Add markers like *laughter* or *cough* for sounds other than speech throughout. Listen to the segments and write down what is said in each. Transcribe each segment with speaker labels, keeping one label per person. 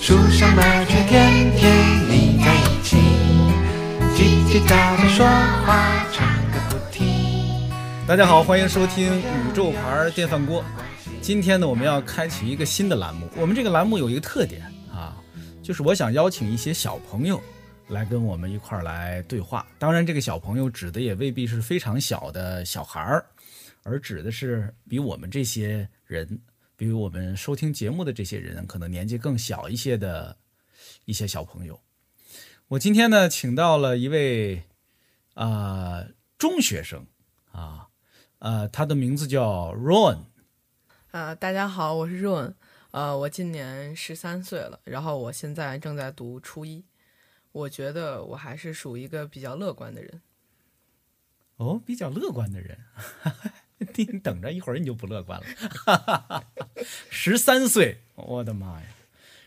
Speaker 1: 树上麻雀天天腻在一起，叽叽喳喳说话，唱个不停。
Speaker 2: 大家好，欢迎收听宇宙牌电饭锅。今天呢，我们要开启一个新的栏目。我们这个栏目有一个特点啊，就是我想邀请一些小朋友来跟我们一块儿来对话。当然，这个小朋友指的也未必是非常小的小孩儿，而指的是比我们这些人，比我们收听节目的这些人，可能年纪更小一些的一些小朋友。我今天呢，请到了一位啊、呃中学生啊，呃，他的名字叫 Ron。
Speaker 3: 啊、大家好，我是 Run，呃，我今年十三岁了，然后我现在正在读初一，我觉得我还是属于一个比较乐观的人。
Speaker 2: 哦，比较乐观的人， *laughs* 你等着，一会儿你就不乐观了。 *laughs* 十三岁，我的妈呀！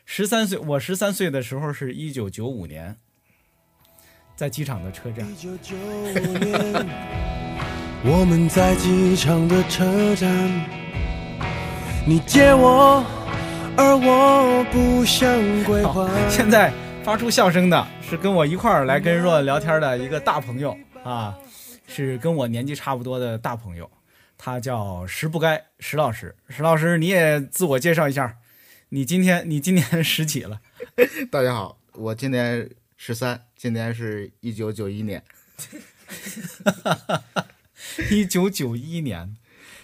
Speaker 2: 十三岁，我十三岁的时候是一九九五年，在机场的车站
Speaker 4: 一。九九五年，我们在机场的车站，你接我，而我不想归
Speaker 2: 好
Speaker 4: 还。
Speaker 2: 哦现在发出笑声的是跟我一块儿来跟若聊天的一个大朋友啊，是跟我年纪差不多的大朋友，他叫石不该石老师。石老师，你也自我介绍一下，你今天你今年十几了？
Speaker 5: 大家好，我今年十三，今年是一九九一年，
Speaker 2: 一九九一年，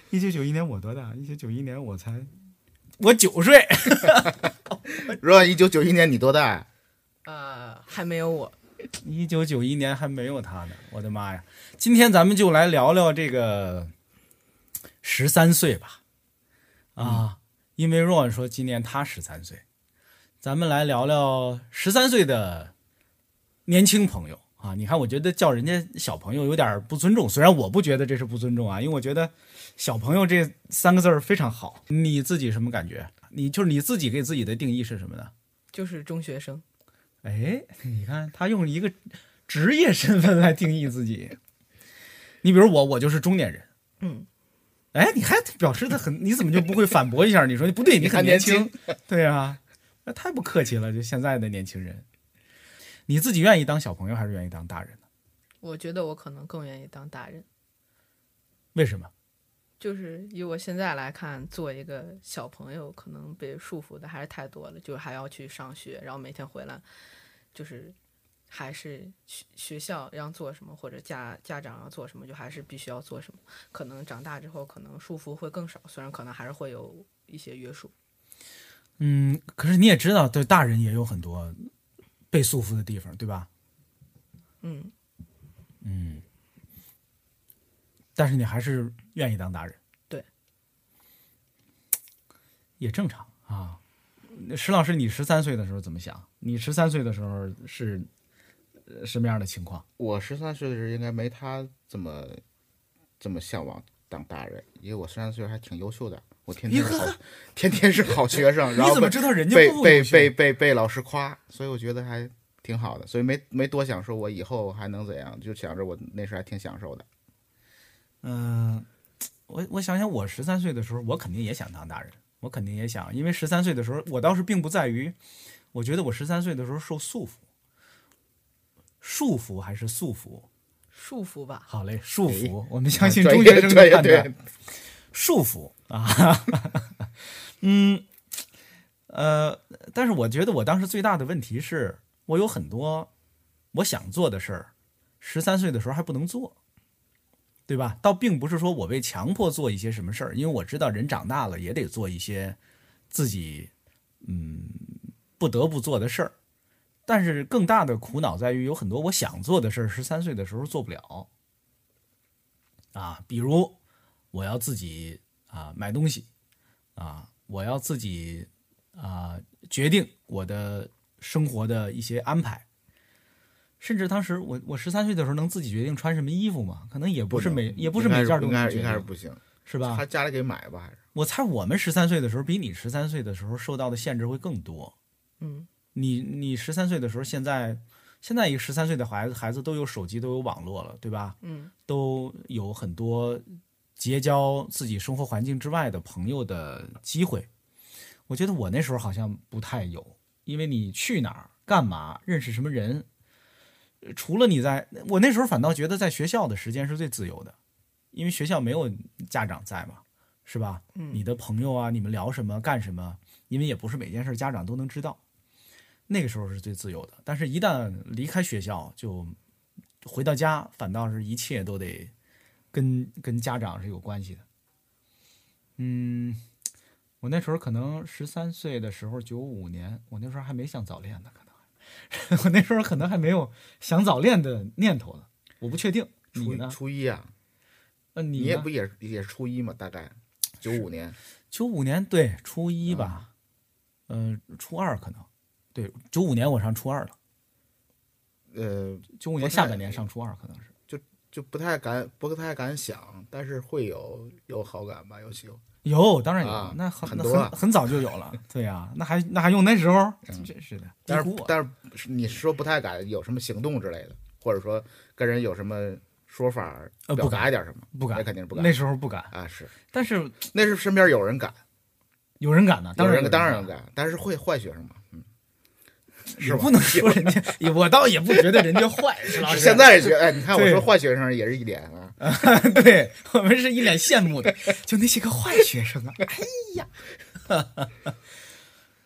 Speaker 2: 一九九一年我多大？一九九一年我才我九岁，
Speaker 5: 若一九九一年你多大啊呀？
Speaker 3: 呃，还没有我，
Speaker 2: 一九九一年还没有他呢，我的妈呀！今天咱们就来聊聊这个十三岁吧，啊，因为若 n 说今年他十三岁，咱们来聊聊十三岁的年轻朋友啊。你看，我觉得叫人家小朋友有点不尊重，虽然我不觉得这是不尊重啊，因为我觉得“小朋友”这三个字儿非常好。你自己什么感觉？你就是你自己给自己的定义是什么呢？
Speaker 3: 就是中学生。
Speaker 2: 哎，你看他用一个职业身份来定义自己。你比如我，我就是中年人。
Speaker 3: 嗯，
Speaker 2: 哎，你还表示的很，你怎么就不会反驳一下？你说不对，你很 *laughs* 年轻。对啊，那太不客气了，就现在的年轻人。你自己愿意当小朋友还是愿意当大人呢？
Speaker 3: 我觉得我可能更愿意当大人，
Speaker 2: 为什么？
Speaker 3: 就是以我现在来看，做一个小朋友可能被束缚的还是太多了，就是还要去上学，然后每天回来，就是还是学学校让做什么，或者家家长要做什么，就还是必须要做什么。可能长大之后，可能束缚会更少，虽然可能还是会有一些约束。
Speaker 2: 嗯，可是你也知道，对大人也有很多被束缚的地方，对吧？
Speaker 3: 嗯，
Speaker 2: 嗯，但是你还是愿意当大人，
Speaker 3: 对，
Speaker 2: 也正常啊。那石老师，你十三岁的时候怎么想？你十三岁的时候是呃什么样的情况？
Speaker 5: 我十三岁的时候应该没他这么这么向往当大人，因为我十三岁还挺优秀的，我天天是好，天天是好学生，然
Speaker 2: *laughs* 你
Speaker 5: 后
Speaker 2: 怎么知道人家
Speaker 5: 被
Speaker 2: 不
Speaker 5: 被
Speaker 2: 优秀
Speaker 5: 被被被老师夸，所以我觉得还挺好的，所以没没多想说我以后还能怎样，就想着我那时候还挺享受的。
Speaker 2: 嗯、我我想想，我十三岁的时候，我肯定也想当大人，我肯定也想，因为十三岁的时候，我倒是并不在于，我觉得我十三岁的时候受束缚，束缚还是束缚？
Speaker 3: 束缚吧，
Speaker 2: 好嘞，束缚，
Speaker 5: 哎
Speaker 2: 我们相信
Speaker 5: 专
Speaker 2: 中
Speaker 5: 业
Speaker 2: 学生
Speaker 5: 专
Speaker 2: 的
Speaker 5: 业
Speaker 2: 判
Speaker 5: 对
Speaker 2: 断。束缚啊，嗯，呃，但是我觉得我当时最大的问题是我有很多我想做的事儿，十三岁的时候还不能做，对吧？倒并不是说我被强迫做一些什么事儿，因为我知道人长大了也得做一些自己嗯不得不做的事儿。但是更大的苦恼在于，有很多我想做的事儿，十三岁的时候做不了。啊，比如我要自己啊买东西，啊，我要自己啊决定我的生活的一些安排。甚至当时我我十三岁的时候能自己决定穿什么衣服吗？可能也不是每也不是每件
Speaker 5: 应
Speaker 2: 东西
Speaker 5: 该
Speaker 2: 决
Speaker 5: 应
Speaker 2: 定
Speaker 5: 该是不行，
Speaker 2: 是吧？
Speaker 5: 他家里给买吧，还是
Speaker 2: 我猜我们十三岁的时候，比你十三岁的时候受到的限制会更多。
Speaker 3: 嗯，
Speaker 2: 你你十三岁的时候，现在现在一个十三岁的孩子，孩子都有手机，都有网络了，对吧？
Speaker 3: 嗯，
Speaker 2: 都有很多结交自己生活环境之外的朋友的机会。我觉得我那时候好像不太有，因为你去哪儿、干嘛、认识什么人，呃除了你在我那时候反倒觉得在学校的时间是最自由的，因为学校没有家长在嘛，是吧？
Speaker 5: 嗯
Speaker 2: 你的朋友啊，你们聊什么、干什么，因为也不是每件事家长都能知道。那个时候是最自由的，但是一旦离开学校，就回到家，反倒是一切都得跟跟家长是有关系的。嗯，我那时候可能十三岁的时候，九五年，我那时候还没想早恋呢，可能我那时候可能还 *laughs* 没有想早恋的念头呢，我不确定。你
Speaker 5: 初
Speaker 2: 呢？
Speaker 5: 初一啊，
Speaker 2: 呃，你
Speaker 5: 你
Speaker 2: 呢
Speaker 5: 也不也是也是初一嘛？大概九五年，
Speaker 2: 九五年对初一吧，嗯、呃，初二可能，对，九五年我上初二了，
Speaker 5: 呃，
Speaker 2: 九五年下半年上初二可能是。
Speaker 5: 就不太敢不太敢想，但是会有有好感吧，有喜欢。
Speaker 2: 有，当然有，
Speaker 5: 啊
Speaker 2: 那很
Speaker 5: 很
Speaker 2: 那
Speaker 5: 多
Speaker 2: 很
Speaker 5: 啊
Speaker 2: 很早就有
Speaker 5: *laughs*
Speaker 2: 了，对呀、那还那还用那时候？真是的，低
Speaker 5: 嗯但
Speaker 2: 估啊
Speaker 5: 是
Speaker 2: 我。
Speaker 5: 但是你说不太敢有什么行动之类的，或者说跟人有什么说法
Speaker 2: 呃
Speaker 5: 表
Speaker 2: 不敢
Speaker 5: 达一点什么，
Speaker 2: 不敢
Speaker 5: 那肯定是不敢
Speaker 2: 那时候不敢，
Speaker 5: 啊，是
Speaker 2: 但是
Speaker 5: 那是身边有人敢，
Speaker 2: 有人敢呢，当
Speaker 5: 有
Speaker 2: 然
Speaker 5: 人
Speaker 2: 有
Speaker 5: 当
Speaker 2: 人
Speaker 5: 然敢，但是会坏学生嘛，嗯，
Speaker 2: 也
Speaker 5: 是吧
Speaker 2: 不能说人
Speaker 5: *laughs*
Speaker 2: 家，也我倒也不觉得人家坏，石老师。
Speaker 5: 现在也觉得，哎，你看我
Speaker 2: 对
Speaker 5: 说坏学生也是一脸啊，
Speaker 2: *laughs* 对我们是一脸羡慕的，就那些个坏学生啊，哎呀，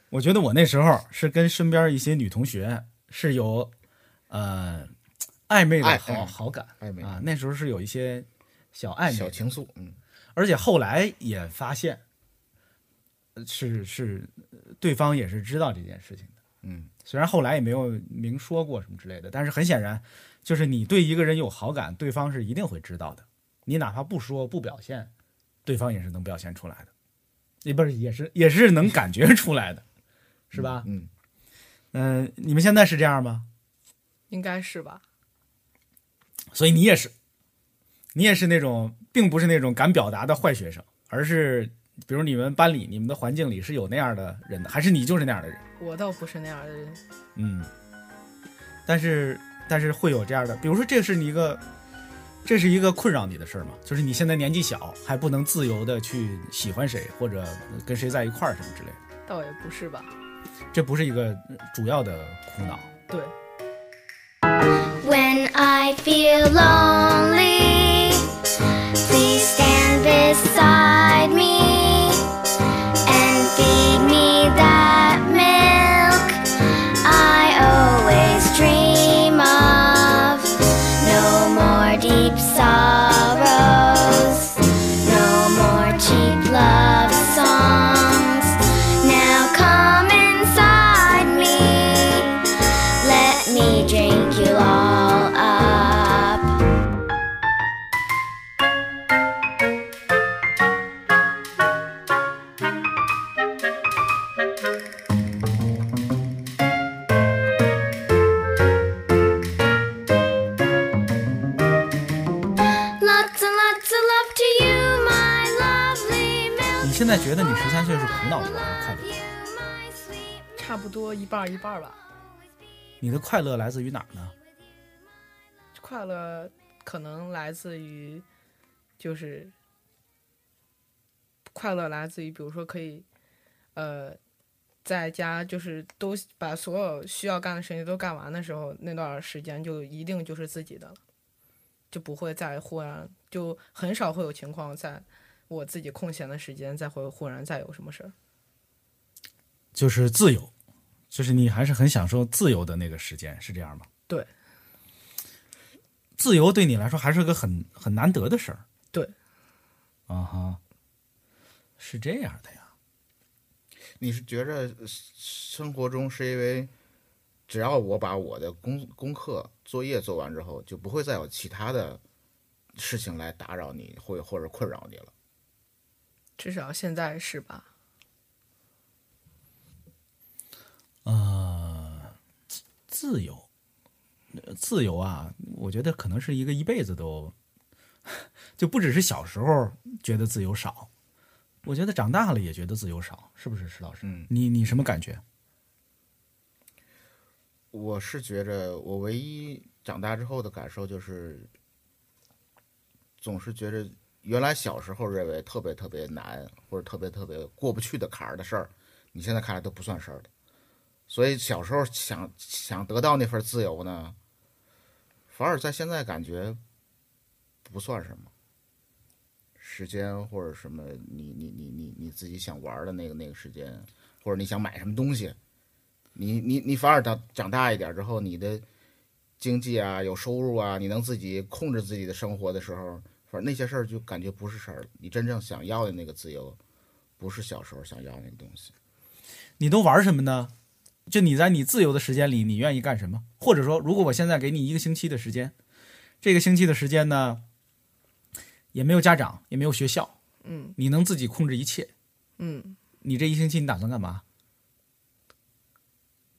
Speaker 2: 我觉得我那时候是跟身边一些女同学是有呃暧昧的
Speaker 5: 爱
Speaker 2: 好
Speaker 5: 嗯
Speaker 2: 好感
Speaker 5: 暧昧
Speaker 2: 啊，那时候是有一些小暧昧
Speaker 5: 小
Speaker 2: 的，
Speaker 5: 情愫，嗯，
Speaker 2: 而且后来也发现呃是是呃对方也是知道这件事情的。
Speaker 5: 嗯，
Speaker 2: 虽然后来也没有明说过什么之类的，但是很显然，就是你对一个人有好感，对方是一定会知道的。你哪怕不说不表现，对方也是能表现出来的，也不是也是也是能感觉出来的，是吧？
Speaker 5: 嗯，
Speaker 2: 嗯、你们现在是这样吗？
Speaker 3: 应该是吧？
Speaker 2: 所以你也是，你也是那种并不是那种敢表达的坏学生，而是比如你们班里、你们的环境里是有那样的人的，还是你就是那样的人？
Speaker 3: 我倒不是那样的人，
Speaker 2: 嗯，但是但是会有这样的，比如说这是你一个，这是一个困扰你的事儿嘛，就是你现在年纪小，还不能自由的去喜欢谁或者跟谁在一块儿什么之类的，
Speaker 3: 倒也不是吧？
Speaker 2: 这不是一个呃主要的苦恼。
Speaker 3: 对，
Speaker 6: When I feel lonely, please stand beside me and feed me that milk I always dream of. No more deep sorrows, no more cheap love songs. Now come inside me. Let me drink you all up.
Speaker 2: 你现在觉 *laughs* 得你十三岁是苦恼多还是快乐？
Speaker 3: 差不多一半儿一半儿吧。
Speaker 2: 你的快乐来自于哪儿呢？
Speaker 3: 快乐可能来自于，就是快乐来自于，比如说可以，呃，在家就是都把所有需要干的事情都干完的时候，那段时间就一定就是自己的了，就不会再忽然就很少会有情况在我自己空闲的时间再会忽然再有什么事儿。
Speaker 2: 就是自由，就是你还是很享受自由的那个时间，是这样吗？
Speaker 3: 对，
Speaker 2: 自由对你来说还是个很很难得的事儿。
Speaker 3: 对，
Speaker 2: 啊哈，是这样的呀。
Speaker 5: 你是觉着呃生活中是因为只要我把我的功功课作业做完之后，就不会再有其他的事情来打扰你，或或者困扰你了。
Speaker 3: 至少现在是吧？
Speaker 2: 自由，呃自由啊，我觉得可能是一个一辈子都， *laughs* 就不只是小时候觉得自由少，我觉得长大了也觉得自由少，是不是石老师？
Speaker 5: 嗯
Speaker 2: 你你什么感觉？
Speaker 5: 我是觉着，我唯一长大之后的感受就是，总是觉着原来小时候认为特别特别难或者特别特别过不去的坎儿的事儿，你现在看来都不算事儿了。所以小时候想想得到那份自由呢，反而在现在感觉不算什么。时间或者什么，你你你你你自己想玩的那个那个时间，或者你想买什么东西，你你你反而长长大一点之后，你的经济啊有收入啊，你能自己控制自己的生活的时候，反正那些事儿就感觉不是事儿了。你真正想要的那个自由，不是小时候想要的那个东西。
Speaker 2: 你都玩什么呢？就你在你自由的时间里，你愿意干什么？或者说，如果我现在给你一个星期的时间，这个星期的时间呢，也没有家长，也没有学校，
Speaker 3: 嗯
Speaker 2: 你能自己控制一切。
Speaker 3: 嗯，
Speaker 2: 你这一星期你打算干嘛？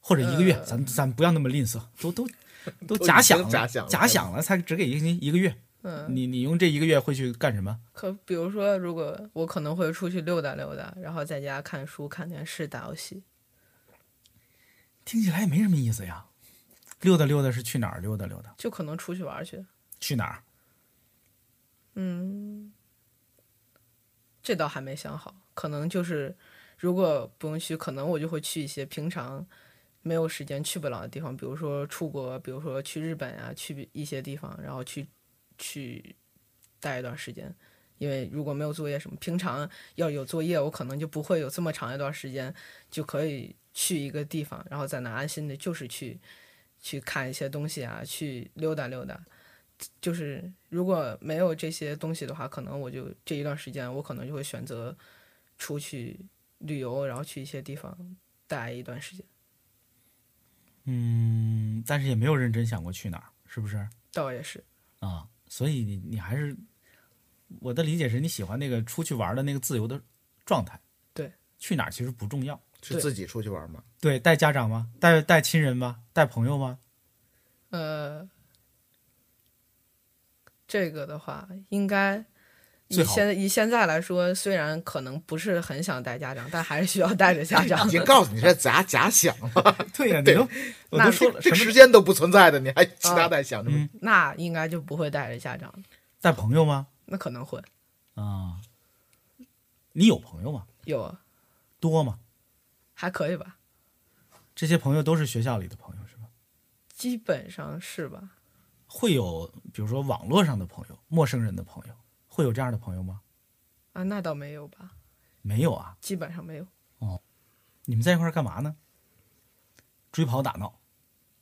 Speaker 2: 或者一个月，咱咱不要那么吝啬，都
Speaker 5: *laughs*
Speaker 2: 都都
Speaker 5: 呃都
Speaker 2: 假
Speaker 5: 已经
Speaker 2: 想了，
Speaker 5: 假想了
Speaker 2: 了，才只给一个星期一个月。
Speaker 3: 嗯
Speaker 2: 你你用这一个月会去干什么？
Speaker 3: 可比如说，如果我可能会出去溜达溜达，然后在家看书、看电视、打游戏。
Speaker 2: 听起来也没什么意思呀。溜达溜达是去哪儿溜达溜达？
Speaker 3: 就可能出去玩儿去。
Speaker 2: 去哪儿？
Speaker 3: 嗯，这倒还没想好，可能就是如果不允许，可能我就会去一些平常没有时间去不了的地方，比如说出国，比如说去日本啊，去一些地方，然后去去待一段时间。因为如果没有作业什么，平常要有作业，我可能就不会有这么长一段时间就可以去一个地方，然后再能安心的，就是去去看一些东西啊，去溜达溜达。就是如果没有这些东西的话，可能我就这一段时间，我可能就会选择出去旅游，然后去一些地方待一段时间，
Speaker 2: 嗯，但是也没有认真想过去哪儿，是不是
Speaker 3: 倒也是。
Speaker 2: 啊？所以你你还是我的理解是你喜欢那个出去玩的那个自由的状态。
Speaker 3: 对，
Speaker 2: 去哪儿其实不重要。
Speaker 5: 是
Speaker 3: 对
Speaker 5: 自己出去玩
Speaker 3: *laughs*
Speaker 5: 吗？
Speaker 2: 对，带家长吗？带带亲人吗？带朋友吗？
Speaker 3: 呃，这个的话，应该以
Speaker 2: 最好
Speaker 3: 现在以现在来说，虽然可能不是很想带家长，但还是需要带着家长
Speaker 5: 已。经告诉你这假假想了，
Speaker 2: 对呀、你
Speaker 5: 对
Speaker 2: 都我
Speaker 3: 那
Speaker 2: 都说了
Speaker 5: 这
Speaker 2: 什
Speaker 5: 个
Speaker 2: 么
Speaker 5: 时间都不存在的，你还其他
Speaker 3: 啊
Speaker 5: 在想什么？
Speaker 3: 那应该就不会带着家长，
Speaker 2: 带朋友吗？
Speaker 3: 那可能会
Speaker 2: 啊，你有朋友吗？
Speaker 3: 有，
Speaker 2: 多吗？
Speaker 3: 还可以吧，
Speaker 2: 这些朋友都是学校里的朋友是吧？
Speaker 3: 基本上是吧。
Speaker 2: 会有比如说网络上的朋友、陌生人的朋友，会有这样的朋友吗？
Speaker 3: 啊，那倒没有吧，
Speaker 2: 没有啊。
Speaker 3: 基本上没有。
Speaker 2: 你们在一块儿干嘛呢？追跑打闹，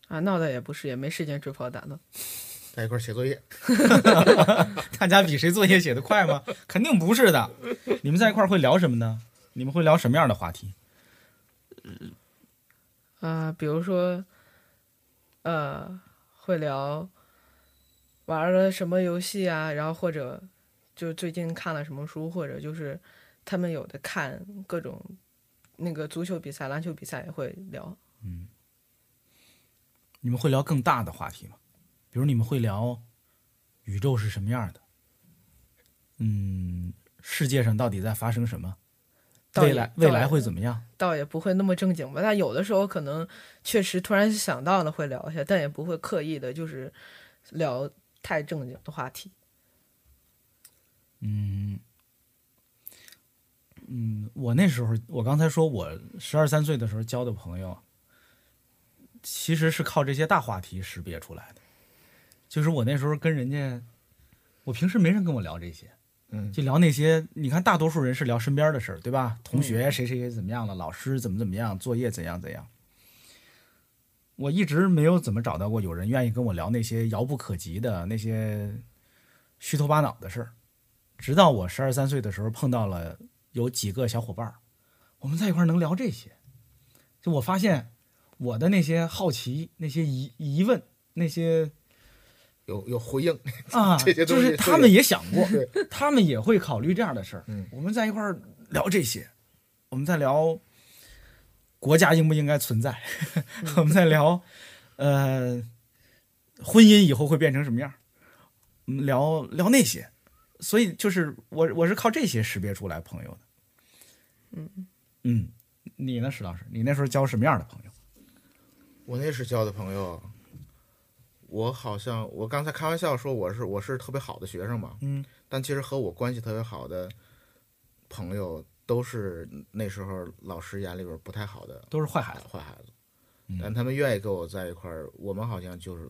Speaker 3: 啊，闹的也不是，也没时间追跑打闹。
Speaker 5: 在一块儿写作业，
Speaker 2: 大家比谁作业写得快吗？肯定不是的。你们在一块儿会聊什么呢？你们会聊什么样的话题？
Speaker 3: 啊，比如说，呃，会聊玩了什么游戏啊，然后或者就最近看了什么书，或者就是他们有的看各种那个足球比赛、篮球比赛也会聊。
Speaker 2: 你们会聊更大的话题吗？比如你们会聊宇宙是什么样的？嗯，世界上到底在发生什么？
Speaker 3: 倒也
Speaker 2: 未来未来
Speaker 3: 倒
Speaker 2: 会
Speaker 3: 也
Speaker 2: 怎么样？
Speaker 3: 倒也不会那么正经吧，但有的时候可能确实突然想到了会聊一下，但也不会刻意的，就是聊太正经的话题。
Speaker 2: 我那时候，我刚才说我十二三岁的时候交的朋友，其实是靠这些大话题识别出来的。就是我那时候跟人家，我平时没人跟我聊这些，
Speaker 5: 嗯
Speaker 2: 就聊那些。你看，大多数人是聊身边的事儿，对吧？同学谁谁谁怎么样了，老师怎么怎么样，作业怎样怎样。我一直没有怎么找到过有人愿意跟我聊那些遥不可及的那些虚头巴脑的事儿，直到我十二三岁的时候碰到了有几个小伙伴儿，我们在一块儿能聊这些。就我发现我的那些好奇、那些疑疑问、那些
Speaker 5: 有有回应，
Speaker 2: *laughs* 啊，
Speaker 5: 这些东
Speaker 2: 就
Speaker 5: 西都有
Speaker 2: 是他们也想过
Speaker 5: 对，
Speaker 2: 他们也会考虑这样的事儿。
Speaker 5: 嗯
Speaker 2: 我们在一块儿聊这些，我们在聊国家应不应该存在，
Speaker 5: 嗯
Speaker 2: *laughs* 我们在聊呃婚姻以后会变成什么样儿，嗯聊聊那些。所以就是我我是靠这些识别出来朋友的。嗯嗯，你呢，石老师？你那时候交什么样的朋友？
Speaker 5: 我那时交的朋友，我好像我刚才开玩笑说我是我是特别好的学生嘛，
Speaker 2: 嗯，
Speaker 5: 但其实和我关系特别好的朋友都是那时候老师眼里边不太好的
Speaker 2: 都是坏孩子。
Speaker 5: 坏孩子。但他们愿意跟我在一块儿，我们好像就是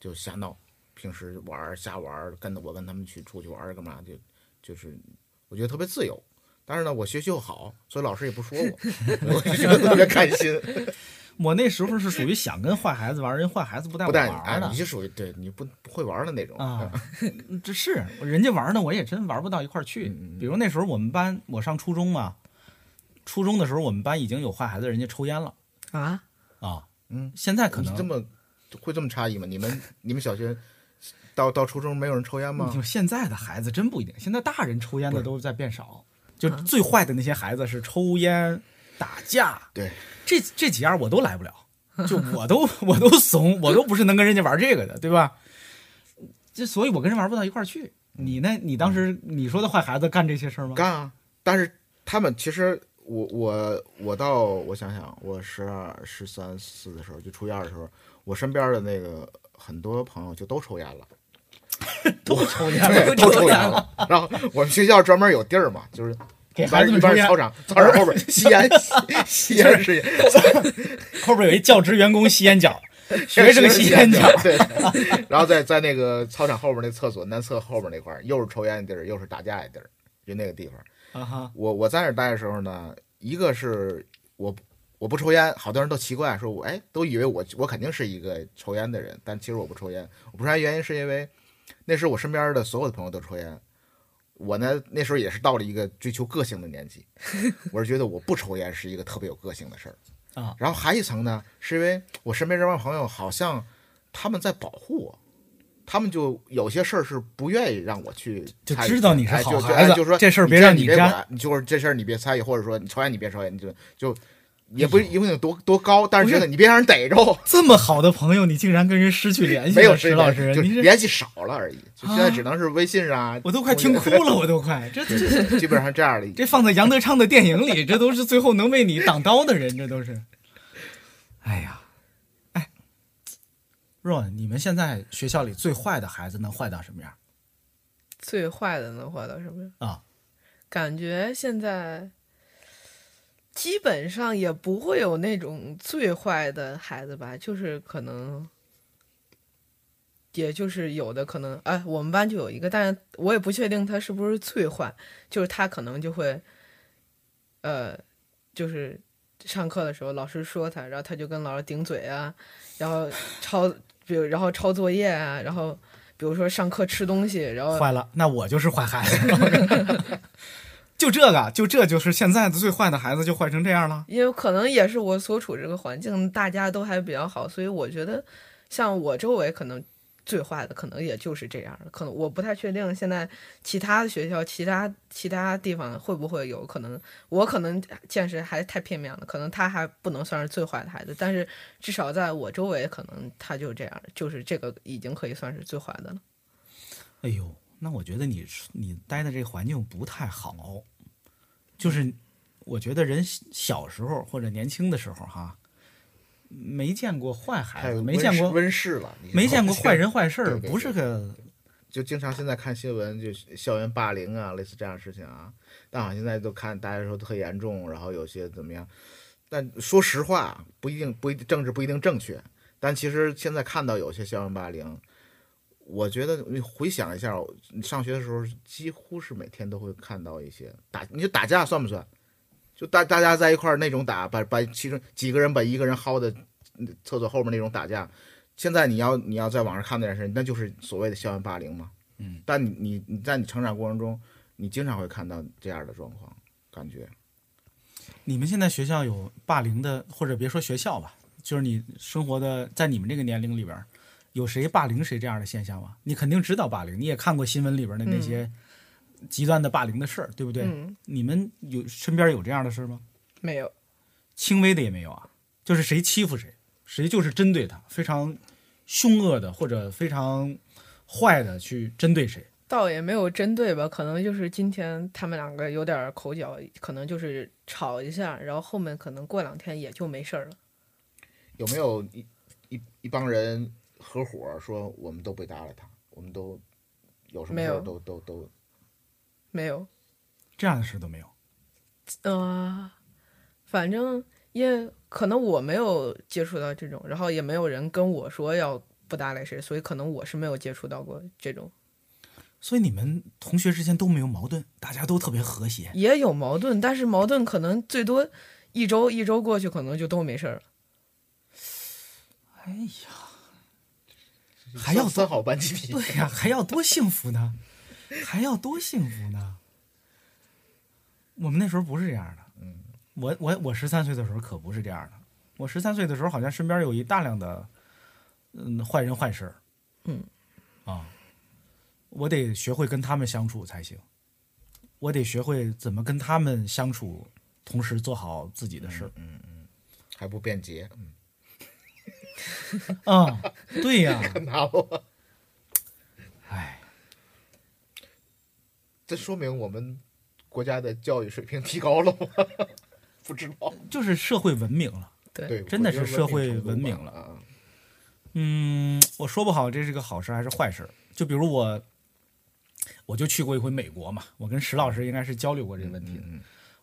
Speaker 5: 就瞎闹，平时玩儿瞎玩儿，跟我跟他们去出去玩儿干嘛，就就是我觉得特别自由。但是呢，我学习又好，所以老师也不说我，我就觉得特别开心。
Speaker 2: 我那时候是属于想跟坏孩子玩，人坏孩子不带
Speaker 5: 不
Speaker 2: 我
Speaker 5: 但
Speaker 2: 玩
Speaker 5: 哎
Speaker 2: 儿，的
Speaker 5: 你。是属于对你不不会玩儿的那种
Speaker 2: 啊，这是人家玩呢，我也真玩不到一块儿去。
Speaker 5: 嗯
Speaker 2: 比如那时候我们班，我上初中嘛，初中的时候我们班已经有坏孩子，人家抽烟了
Speaker 3: 啊，
Speaker 2: 啊。
Speaker 5: 嗯，
Speaker 2: 现在可
Speaker 5: 你
Speaker 2: 能
Speaker 5: 这么会这么差异吗？你们你们小学到到初中没有人抽烟吗
Speaker 2: 你？说现在的孩子真不一定，现在大人抽烟的都在变少，就最坏的那些孩子是抽烟、打架，
Speaker 5: 对，
Speaker 2: 这这几样我都来不了，就我都我都怂，我都不是能跟人家玩这个的，对吧？这所以，我跟人玩不到一块儿去。你呢？你当时你说的坏孩子干这些事儿吗？
Speaker 5: 干啊！但是他们其实我我我到我想想，我十二、十三、四的时候，就初一二的时候，我身边的那个很多朋友就都抽烟了，
Speaker 2: 都哎抽烟
Speaker 5: 对，都抽烟了。然后我们学校专门有地儿嘛，就是
Speaker 2: 给
Speaker 5: 一
Speaker 2: 孩
Speaker 5: 般
Speaker 2: 子
Speaker 5: 一
Speaker 2: 们
Speaker 5: 般
Speaker 2: 抽
Speaker 5: 是
Speaker 2: 烟。
Speaker 5: 操场，操场后
Speaker 2: *laughs*
Speaker 5: 边吸烟吸吸烟是
Speaker 2: 后边有一教职员工吸
Speaker 5: *laughs*
Speaker 2: 烟角，学生吸烟角。 *laughs*
Speaker 5: 对，对然后在在那个操场后边那厕所男厕后边那块儿，又是抽烟的地儿，又是打架的地儿，就那个地方。
Speaker 2: 啊哈，
Speaker 5: 我我在那儿待的时候呢，一个是我不我不抽烟，好多人都奇怪，说我哎都以为我我肯定是一个抽烟的人，但其实我不抽烟。我不抽烟原因是因为那时候我身边的所有的朋友都抽烟，我呢那时候也是到了一个追求个性的年
Speaker 2: *laughs*
Speaker 5: 纪，我是觉得我不抽烟是一个特别有个性的事儿
Speaker 2: 啊。
Speaker 5: 然后还一层呢，是因为我身边这帮朋友好像他们在保护我。他们就有些事儿是不愿意让我去
Speaker 2: 就
Speaker 5: 参与的，
Speaker 2: 知道你是
Speaker 5: 哎
Speaker 2: 好
Speaker 5: 就就
Speaker 2: 孩
Speaker 5: 哎
Speaker 2: 子
Speaker 5: 就说
Speaker 2: 这事儿
Speaker 5: 你
Speaker 2: 别
Speaker 5: 这
Speaker 2: 让
Speaker 5: 你
Speaker 2: 你
Speaker 5: 别
Speaker 2: 沾
Speaker 5: 管，你就是这事儿你别参与，或者说你抽烟你别抽烟，你就就也不影响多多高，但是觉得你别让人逮着，
Speaker 2: 这么好的朋友，你竟然跟人失去联系
Speaker 5: 没有
Speaker 2: 了，
Speaker 5: 时
Speaker 2: 石
Speaker 5: 间
Speaker 2: 哎老师，
Speaker 5: 就
Speaker 2: 您这
Speaker 5: 联系少了而已。就现在
Speaker 2: 啊
Speaker 5: 只能是微信啊，
Speaker 2: 我都快听哭了，我都快这这
Speaker 5: 对，基本上这样的。
Speaker 2: 这放在杨德昌的电影里，这都是最后能为你挡刀的人，这都是。哎呀，哎若你们现在学校里最坏的孩子能坏到什么样
Speaker 3: 最坏的能坏到什么样？
Speaker 2: 啊？
Speaker 3: 感觉现在基本上也不会有那种最坏的孩子吧，就是可能，也就是有的可能，哎，我们班就有一个，但是我也不确定他是不是最坏，就是他可能就会，呃，就是上课的时候老师说他，然后他就跟老师顶嘴啊，然后抄，比如然后抄作业啊，然后比如说上课吃东西，然后
Speaker 2: 坏了，那我就是坏孩子。 *laughs* 就这个，就这就是现在的最坏的孩子，就坏成这样了。
Speaker 3: 因为可能也是我所处这个环境，大家都还比较好，所以我觉得像我周围可能最坏的可能也就是这样了。可能我不太确定现在其他的学校、其他其他地方会不会有可能，我可能见识还太片面了，可能他还不能算是最坏的孩子，但是至少在我周围，可能他就这样，就是这个已经可以算是最坏的了。
Speaker 2: 哎呦，那我觉得你你待的这个环境不太好，就是我觉得人小时候或者年轻的时候哈，没见过坏
Speaker 5: 还
Speaker 2: 孩
Speaker 5: 有
Speaker 2: 子，没
Speaker 5: 温
Speaker 2: 见
Speaker 5: 室
Speaker 2: 过
Speaker 5: 温室了，你
Speaker 2: 没见过坏人坏事
Speaker 5: 对
Speaker 2: 儿，
Speaker 5: 对对
Speaker 2: 不是个
Speaker 5: 就经常现在看新闻，就校园霸凌啊，类似这样的事情啊。但好像现在都看大家说特严重，然后有些怎么样。但说实话，不一定不一定政治不一定正确。但其实现在看到有些校园霸凌，我觉得你回想一下，你上学的时候几乎是每天都会看到一些打，你就打架算不算？就大大家在一块儿那种打，把把其中几个人把一个人薅的厕所后面那种打架，现在你要你要在网上看那件事，那就是所谓的校园霸凌嘛。嗯，但你你你在你成长过程中，你经常会看到这样的状况，感觉
Speaker 2: 你们现在学校有霸凌的，或者别说学校吧，就是你生活的，在你们这个年龄里边儿，有谁霸凌谁这样的现象吗？你肯定知道霸凌，你也看过新闻里边的那些极端的霸凌的事儿，对不对？
Speaker 3: 嗯，
Speaker 2: 你们有身边有这样的事儿吗？
Speaker 3: 没有，
Speaker 2: 轻微的也没有啊，就是谁欺负谁，谁就是针对他，非常凶恶的或者非常坏的去针对谁。
Speaker 3: 倒也没有针对吧，可能就是今天他们两个有点儿口角，可能就是吵一下，然后后面可能过两天也就没事儿了。
Speaker 5: 有没有一一一帮人合伙说我们都不搭理他，我们都有什么
Speaker 3: 没
Speaker 5: 事儿
Speaker 3: 有
Speaker 5: 都都都
Speaker 3: 没有，
Speaker 2: 这样的事都没有，
Speaker 3: 呃，反正因为可能我没有接触到这种，然后也没有人跟我说要不搭理谁，所以可能我是没有接触到过这种。
Speaker 2: 所以你们同学之间都没有矛盾，大家都特别和谐。
Speaker 3: 也有矛盾，但是矛盾可能最多一周一周过去，可能就都没事儿了。
Speaker 2: 哎呀，还要
Speaker 5: 三好班集体，
Speaker 2: 对呀、还要多幸福呢，还要多幸福呢。我们那时候不是这样的，嗯，我我我十三岁的时候可不是这样的。我十三岁的时候，好像身边有一大量的嗯坏人坏事儿，
Speaker 3: 嗯，
Speaker 2: 啊，我得学会跟他们相处才行，我得学会怎么跟他们相处，同时做好自己的事儿。
Speaker 5: 还不便捷，嗯，
Speaker 2: 啊，对呀、
Speaker 5: 拿我，
Speaker 2: 哎，
Speaker 5: 这说明我们国家的教育水平提高了吗？不知道，
Speaker 2: 就是社会文明了。
Speaker 3: 对，
Speaker 5: 对，
Speaker 2: 真的
Speaker 5: 我觉得
Speaker 2: 是社会
Speaker 5: 程度
Speaker 2: 文明
Speaker 5: 吧
Speaker 2: 了
Speaker 5: 啊。
Speaker 2: 嗯，我说不好这是个好事还是坏事。就比如我，我就去过一回美国嘛，我跟石老师应该是交流过这个问题的。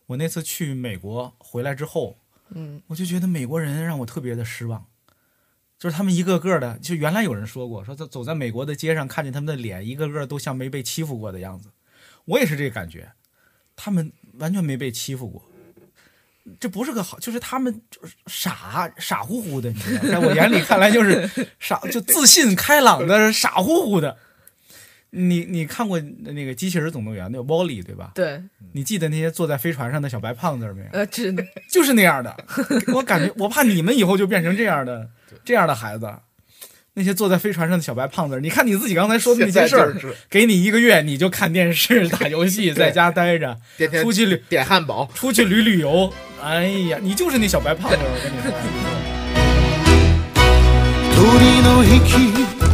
Speaker 2: 我那次去美国回来之后，
Speaker 3: 嗯，
Speaker 2: 我就觉得美国人让我特别的失望，就是他们一个个的，就原来有人说过，说他走在美国的街上，看见他们的脸，一个个都像没被欺负过的样子。我也是这个感觉，他们完全没被欺负过。这不是个好，就是他们就是傻傻乎乎的，你知道吗，在我眼里看来就是傻，就自信开朗的傻乎乎的。你你看过那个《机器人总动员》那个 Wall-E 对吧？
Speaker 3: 对，
Speaker 2: 你记得那些坐在飞船上的小白胖子没有？
Speaker 3: 呃，这
Speaker 2: 就是那样的。
Speaker 5: *laughs*
Speaker 2: 我感觉，我怕你们以后就变成这样的这样的孩子。那些坐在飞船上的小白胖子，你看你自己刚才说的那些事儿
Speaker 5: 现在就是，
Speaker 2: 给你一个月，你就看电视、打游
Speaker 5: *laughs*
Speaker 2: 戏，在家待着，
Speaker 5: 天天
Speaker 2: 出去旅
Speaker 5: 点汉堡，
Speaker 2: 出去旅旅游。哎呀，你就是那小白胖子，我跟你
Speaker 5: *laughs*
Speaker 2: 说。
Speaker 4: 鳥の引き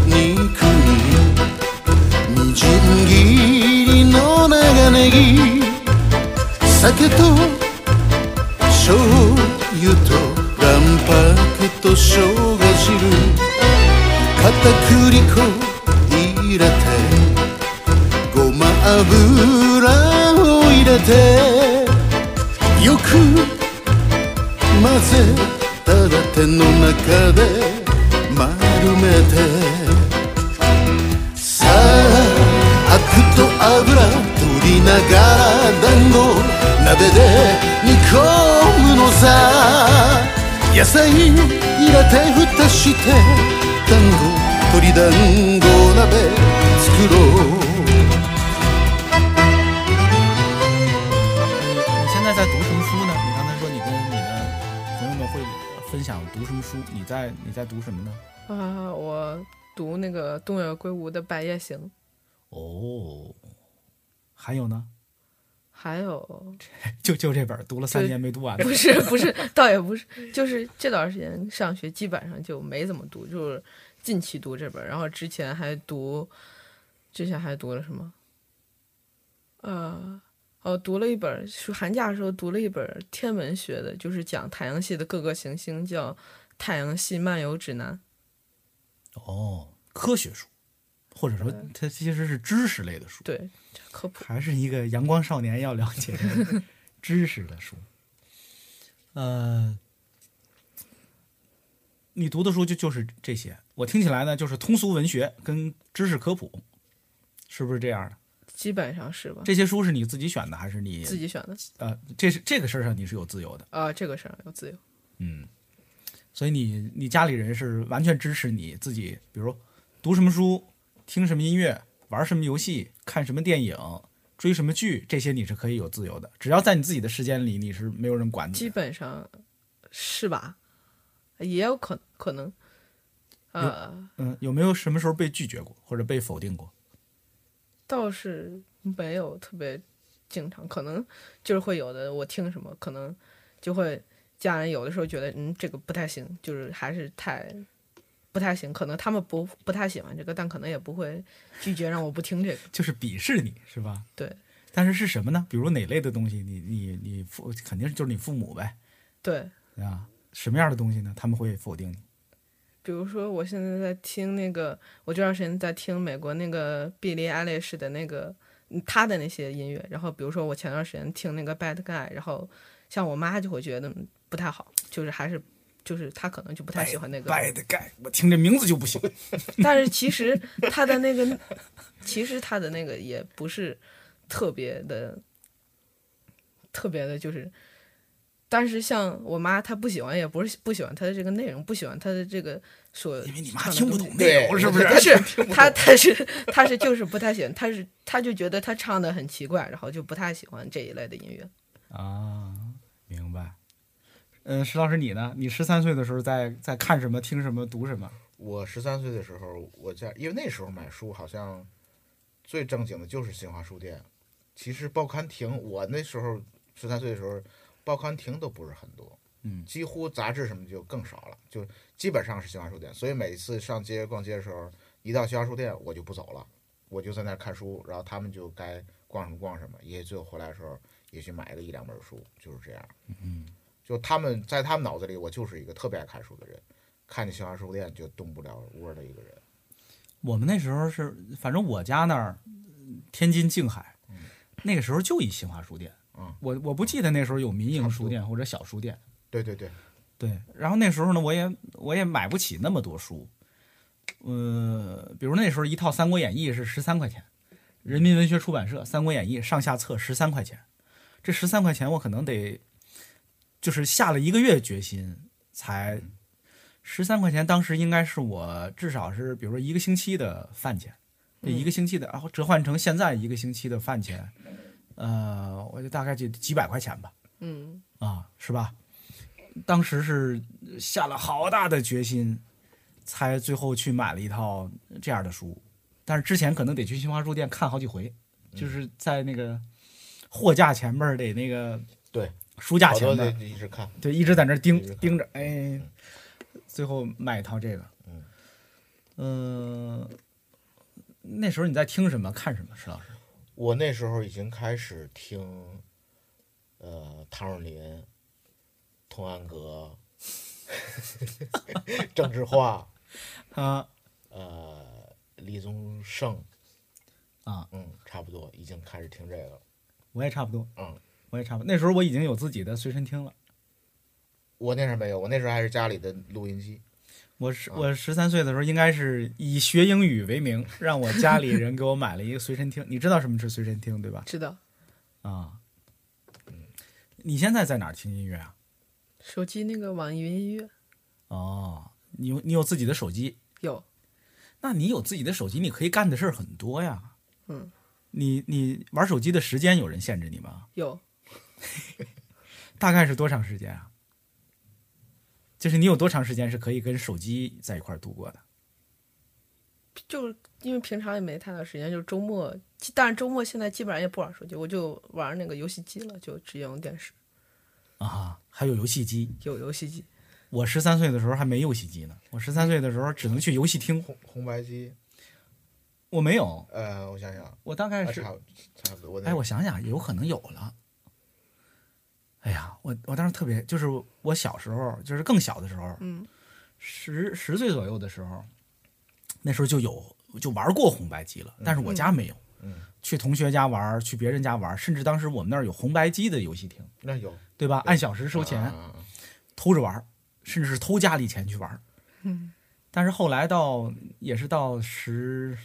Speaker 4: 肉にじん切りの長ネギ酒と醤油と卵白と生姜汁片栗粉入れてごま油を入れてよく混ぜたら手の中で丸めてさあアクと油取りながら団子鍋で煮込むのさ野菜入れて蓋して団子鶏団子鍋作ろう
Speaker 2: 你现在在读什么书呢？你刚才说你跟你的朋友们会分享读什么书？你在你在读什么呢？
Speaker 3: 啊，我读那个东野圭吾的《白夜行》，
Speaker 2: 哦，还有呢？
Speaker 3: 还有
Speaker 2: 就就这本儿读了三
Speaker 3: 对
Speaker 2: 年没读完
Speaker 3: *laughs*
Speaker 2: 的
Speaker 3: 不是不是，倒也不是，就是这段时间上学基本上就没怎么读，就是近期读这本儿，然后之前还读，之前还读了什么？呃，哦，读了一本儿，暑寒假的时候读了一本儿天文学的，就是讲太阳系的各个行星，叫《太阳系漫游指南》。
Speaker 2: 哦，科学书，或者说它其实是知识类的书，
Speaker 3: 对，这科普。
Speaker 2: 还是一个阳光少年要了解的
Speaker 3: *laughs*
Speaker 2: 知识的书。呃，你读的书就就是这些，我听起来呢就是通俗文学跟知识科普，是不是这样的？
Speaker 3: 基本上是吧？
Speaker 2: 这些书是你自己选的，还是你
Speaker 3: 自己选的
Speaker 2: 呃，这是这个事儿上你是有自由的，
Speaker 3: 啊、这个事儿有自由。
Speaker 2: 嗯，所以你你家里人是完全支持你自己，比如读什么书、听什么音乐、玩什么游戏、看什么电影、追什么剧，这些你是可以有自由的，只要在你自己的时间里，你是没有人管你
Speaker 3: 基
Speaker 2: 的。
Speaker 3: 本上是吧？也有可可能，呃，
Speaker 2: 嗯，有没有什么时候被拒绝过或者被否定过？
Speaker 3: 倒是没有特别经常，可能就是会有的。我听什么，可能就会家人有的时候觉得，嗯，这个不太行，就是还是太不太行。可能他们不不太喜欢这个，但可能也不会拒绝让我不听这个。
Speaker 2: 就是鄙视你是吧？
Speaker 3: 对
Speaker 2: 但是是什么呢？比如哪类的东西，你你你父肯定就是你父母呗，
Speaker 3: 对，
Speaker 2: 对吧？什么样的东西呢？他们会否定你？
Speaker 3: 比如说，我现在在听那个，我这段时间在听美国那个billie Eilish 的那个嗯她的那些音乐，然后比如说我前段时间听那个 Bad Guy，然后像我妈就会觉得嗯不太好，就是还是就是她可能就不太喜欢那个
Speaker 2: Bad guy，我听这名字就不行。
Speaker 3: 但是其实他的那个， *laughs* 其实他的那个也不是特别的，特别的，就是，但是像我妈，她不喜欢，也不是不喜欢他的这个内容，不喜欢他的这个所，
Speaker 2: 因为你妈
Speaker 3: 唱的
Speaker 2: 听不
Speaker 3: 东
Speaker 2: 懂
Speaker 3: 西
Speaker 2: 内容，
Speaker 5: 对
Speaker 2: 是不是？
Speaker 3: 不是他，他是他是就是不太喜欢，他是他就觉得他唱的很奇怪，然后就不太喜欢这一类的音乐。
Speaker 2: 啊，明白。嗯，石老师，你呢？你十三岁的时候在在看什么、听什么、读什么？
Speaker 5: 我十三岁的时候，我家因为那时候买书好像最正经的就是新华书店，其实报刊亭我那时候十三岁的时候，报刊亭都不是很多，
Speaker 2: 嗯
Speaker 5: 几乎杂志什么就更少了，就基本上是新华书店。所以每次上街逛街的时候，一到新华书店我就不走了，我就在那儿看书，然后他们就该逛什么逛什么，也许最后回来的时候也许买个一两本书，就是这样。嗯，就他们在他们脑子里，我就是一个特别爱看书的人。看见新华书店就动不了窝儿的一个人。
Speaker 2: 我们那时候是，反正我家那儿，呃天津静海，那个时候就一新华书店。
Speaker 5: 嗯
Speaker 2: 我我不记得那时候有民营
Speaker 5: 差不多
Speaker 2: 书店或者小书店。
Speaker 5: 对对对，
Speaker 2: 对，然后那时候呢，我也我也买不起那么多书，呃，比如那时候一套《三国演义》是十三块钱，人民文学出版社《三国演义》上下册十三块钱，这十三块钱我可能得就是下了一个月决心才十三块钱，当时应该是我至少是比如说一个星期的饭钱，这一个星期的，然后折换成现在一个星期的饭钱，呃，我就大概就几百块钱吧。
Speaker 3: 嗯，
Speaker 2: 啊，是吧？当时是下了好大的决心，才最后去买了一套这样的书。但是之前可能得去新华书店看好几回，就是在那个货架前面儿得那个
Speaker 5: 对
Speaker 2: 书架
Speaker 5: 好
Speaker 2: 前
Speaker 5: 多
Speaker 2: 面
Speaker 5: 得
Speaker 2: 儿，
Speaker 5: 一直看。
Speaker 2: 对，一直在那儿盯
Speaker 5: 一直看
Speaker 2: 盯着，哎，最后买一套这个。
Speaker 5: 嗯
Speaker 2: 嗯，那时候你在听什么、看什么，石老师？
Speaker 5: 我那时候已经开始听，呃，汤若琳、童安格、 *laughs* 郑智化、
Speaker 2: 啊
Speaker 5: 呃，李宗盛，
Speaker 2: 啊，
Speaker 5: 嗯，差不多已经开始听这个了。
Speaker 2: 我也差不多，
Speaker 5: 嗯，
Speaker 2: 我也差不多。那时候我已经有自己的随身听了。
Speaker 5: 我那时候没有，我那时候还是家里的录音机。
Speaker 2: 我十
Speaker 5: 啊
Speaker 2: 我十三岁的时候，应该是以学英语为名，让我家里人给我买了一个随身听。你知道什么是随身听对吧？
Speaker 3: 知道
Speaker 2: 啊，你现在在哪儿听音乐啊？
Speaker 3: 手机那个网易云音乐
Speaker 2: 哦，你有你有自己的手机，
Speaker 3: 有，
Speaker 2: 那你有自己的手机，你可以干的事儿很多呀。
Speaker 3: 嗯，
Speaker 2: 你你玩手机的时间有人限制你吗？
Speaker 3: 有
Speaker 2: 大概是多长时间啊？就是你有多长时间是可以跟手机在一块儿度过的？
Speaker 3: 就是因为平常也没太多时间，就是周末，但是周末现在基本上也不玩手机，我就玩那个游戏机了，就直接用电视，
Speaker 2: 啊，还有游戏机，
Speaker 3: 有游戏机。
Speaker 2: 我十三岁的时候还没游戏机呢，我十三岁的时候只能去游戏厅。
Speaker 5: 红红白机，
Speaker 2: 我没有，
Speaker 5: 呃，我想想，啊
Speaker 2: 我大概是，
Speaker 5: 差不差不多。我那
Speaker 2: 哎，我想想，有可能有了。哎呀，我我当时特别，就是我小时候，就是更小的时候，
Speaker 3: 嗯，
Speaker 2: 十十岁左右的时候，那时候就有就玩过红白机了，但是我家没有。
Speaker 5: 嗯
Speaker 2: 去同学家玩，去别人家玩，甚至当时我们那儿有红白机的游戏厅，
Speaker 5: 那有
Speaker 2: 对吧？按小时收钱。
Speaker 5: 啊啊啊啊
Speaker 2: 偷着玩儿，甚至是偷家里钱去玩。嗯，但是后来到也是到十，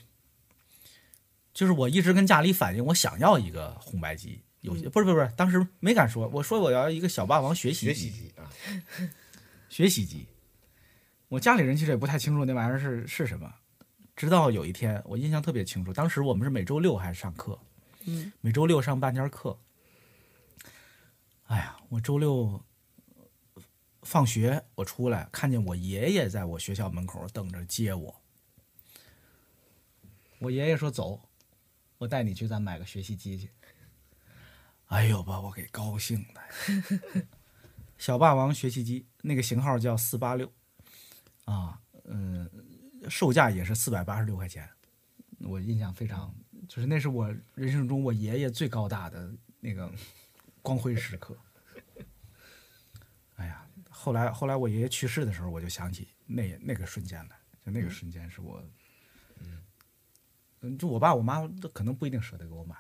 Speaker 2: 就是我一直跟家里反映，我想要一个红白机，有些、不是不是不是，当时没敢说，我说我要一个小霸王学习
Speaker 5: 学
Speaker 2: 机
Speaker 5: 习机
Speaker 2: *laughs*
Speaker 5: 啊，
Speaker 2: 学习机。我家里人其实也不太清楚那玩意儿是是什么，直到有一天我印象特别清楚，当时我们是每周六还上课，
Speaker 3: 嗯，
Speaker 2: 每周六上半天课。哎呀，我周六呃放学我出来，看见我爷爷在我学校门口等着接我。我爷爷说：“走，我带你去咱买个学习机去。”哎呦，把我给高兴的。小霸王学习机，那个型号叫四八六，啊，嗯，售价也是四百八十六块钱，我印象非常，就是那是我人生中我爷爷最高大的那个光辉时刻。哎呀，后来后来我爷爷去世的时候，我就想起那那个瞬间来，就那个瞬间是我，嗯，就我爸我妈都可能不一定舍得给我买，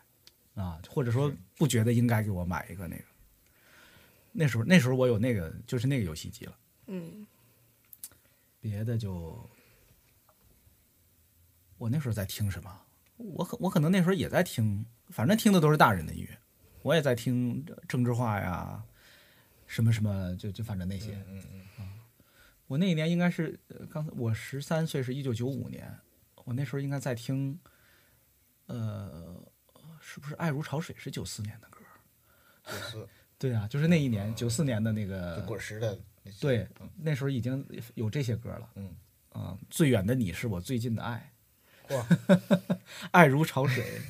Speaker 2: 啊，或者说不觉得应该给我买一个那个。那时候那时候我有那个就是那个游戏机了，
Speaker 3: 嗯，
Speaker 2: 别的就我那时候在听什么，我可我可能那时候也在听，反正听的都是大人的音乐，我也在听郑智化呀，什么什么，就就反正那些，嗯嗯我那一年应该是呃刚才我十三岁是一九九五年，我那时候应该在听，呃，是不是《爱如潮水》是九四年的歌？
Speaker 5: 就是
Speaker 2: 对啊，就是那一年九四年的那
Speaker 5: 就
Speaker 2: 个
Speaker 5: 滚石的那些，
Speaker 2: 呃对，那时候已经有这些歌了。
Speaker 5: 嗯
Speaker 2: 啊、最远的你是我最近的爱，
Speaker 5: 哇，
Speaker 2: *laughs* 爱如潮水，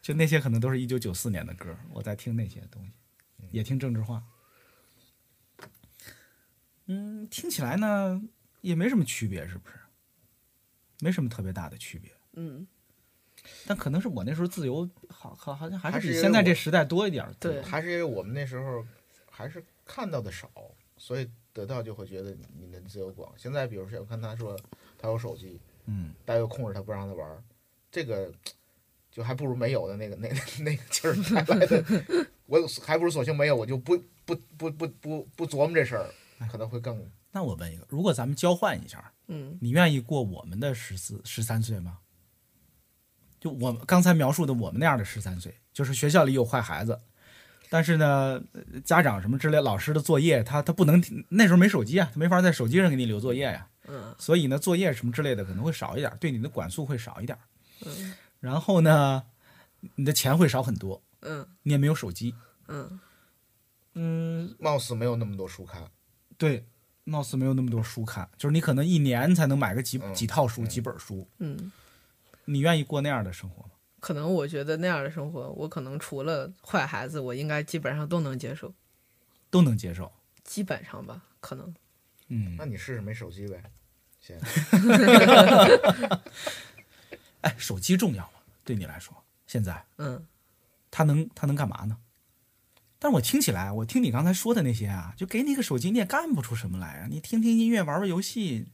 Speaker 2: 就那些可能都是一九九四年的歌，我在听那些东西，也听政治化。嗯，听起来呢也没什么区别，是不是？没什么特别大的区别，
Speaker 3: 嗯，
Speaker 2: 但可能是我那时候自由，好好好像还
Speaker 5: 还
Speaker 2: 是
Speaker 5: 是
Speaker 2: 比
Speaker 5: 因
Speaker 2: 现
Speaker 5: 为
Speaker 2: 在
Speaker 5: 我
Speaker 2: 这时代多一点儿自由。
Speaker 3: 对
Speaker 5: 还是因为我们那时候还是看到的少，所以得到就会觉得你的自由广。现在比如说，我看他说他有手机，
Speaker 2: 嗯，
Speaker 5: 但又控制他不让他玩儿，这个就还不如没有的那个那那个劲儿来来的，我还不如索性没有，我就不不不不不不琢磨这事儿，
Speaker 2: 哎
Speaker 5: 可能会更
Speaker 2: 那我问一个，如果咱们交换一下，
Speaker 3: 嗯，
Speaker 2: 你愿意过我们的十四、十三岁吗？就我刚才描述的我们那样的十三岁，就是学校里有坏孩子，但是呢，呃家长什么之类，老师的作业他他不能，那时候没手机啊，他没法在手机上给你留作业呀、
Speaker 3: 嗯
Speaker 2: 所以呢，作业什么之类的可能会少一点，对你的管束会少一点，
Speaker 3: 嗯
Speaker 2: 然后呢，你的钱会少很多，
Speaker 3: 嗯
Speaker 2: 你也没有手机，
Speaker 3: 嗯
Speaker 2: 嗯，
Speaker 5: 貌似没有那么多书看。
Speaker 2: 对，貌似没有那么多书看，就是你可能一年才能买个几
Speaker 5: 嗯
Speaker 2: 几套书、
Speaker 5: 嗯
Speaker 2: 几本书，
Speaker 3: 嗯，
Speaker 2: 你愿意过那样的生活吗？
Speaker 3: 可能我觉得那样的生活，我可能除了坏孩子，我应该基本上都能接受，
Speaker 2: 都能接受。
Speaker 3: 基本上吧，可能
Speaker 2: 嗯
Speaker 5: 那，你试试没手机呗，先
Speaker 2: 哎，手机重要吗？对你来说，现在
Speaker 3: 嗯
Speaker 2: 它能它能干嘛呢？但是我听起来，我听你刚才说的那些啊，就给你一个手机，你也干不出什么来啊。你听听音乐，玩玩游戏，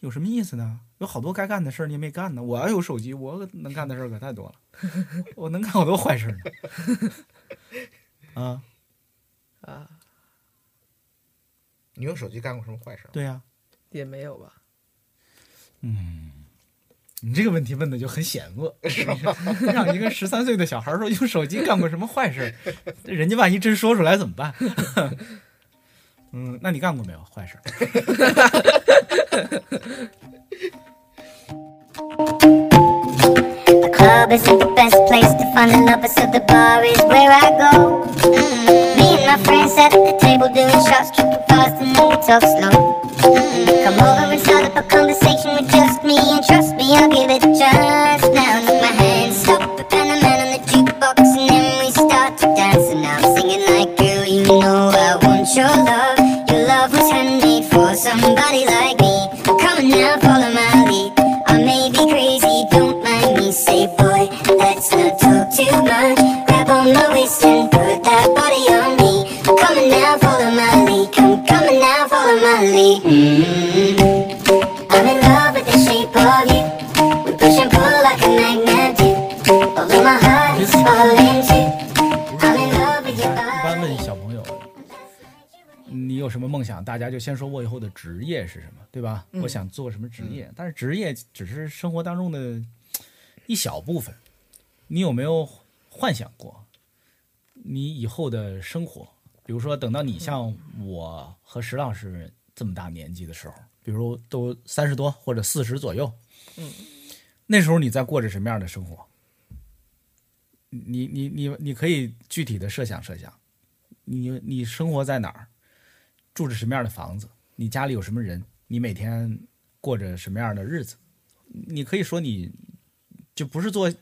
Speaker 2: 有什么意思呢？有好多该干的事儿你也没干呢。我要有手机，我能干的事儿可太多了，我能干好多坏事儿呢。啊，
Speaker 3: 啊
Speaker 5: 你用手机干过什么坏事儿？
Speaker 2: 对啊呀、
Speaker 3: 也没有吧，
Speaker 2: 你这个问题问的就很险恶，让一个十三岁的小孩说用手机干过什么坏事，这人家万一真说出来怎么办？ *laughs* 嗯，那你干过没有坏事？
Speaker 6: The club isn't the best place to find a lover, so the bar is where I go. Mm-hmm. Me and my friends sat at the table doing shots, tripping fast, and then we talk slow. Come over and start up a conversation with just me, and trust me, I'll give it just now. Took my hand, stop the pen, and man on the jukebox, and then we start to dance. And I'm singing like, girl, you know I want your love. Your love was handmade for somebody like me. Come on now, follow my lead. I may be crazy, don't mind me. Say, boy, let's not talk too much. Grab on my waist and put that body on me. I'm coming now, follow my lead. Come, coming now, follow my lead. Mm. I'm in love with the shape of you. We push and pull like a magnet do. Although my heart is falling too. I'm in love with
Speaker 2: 嗯一
Speaker 6: your
Speaker 2: 般
Speaker 6: body.
Speaker 2: 问小朋友，你有什么梦想？大家就先说我以后的职业是什么，对吧？我想做什么职业？但是职业只是生活当中的一小部分。你有没有幻想过你以后的生活？比如说，等到你像我和石老师这么大年纪的时候，比如都三十多或者四十左右，嗯，那时候你在过着什么样的生活？你你你你可以具体的设想设想，你你生活在哪儿，住着什么样的房子，你家里有什么人，你每天过着什么样的日子，你可以说你就不是做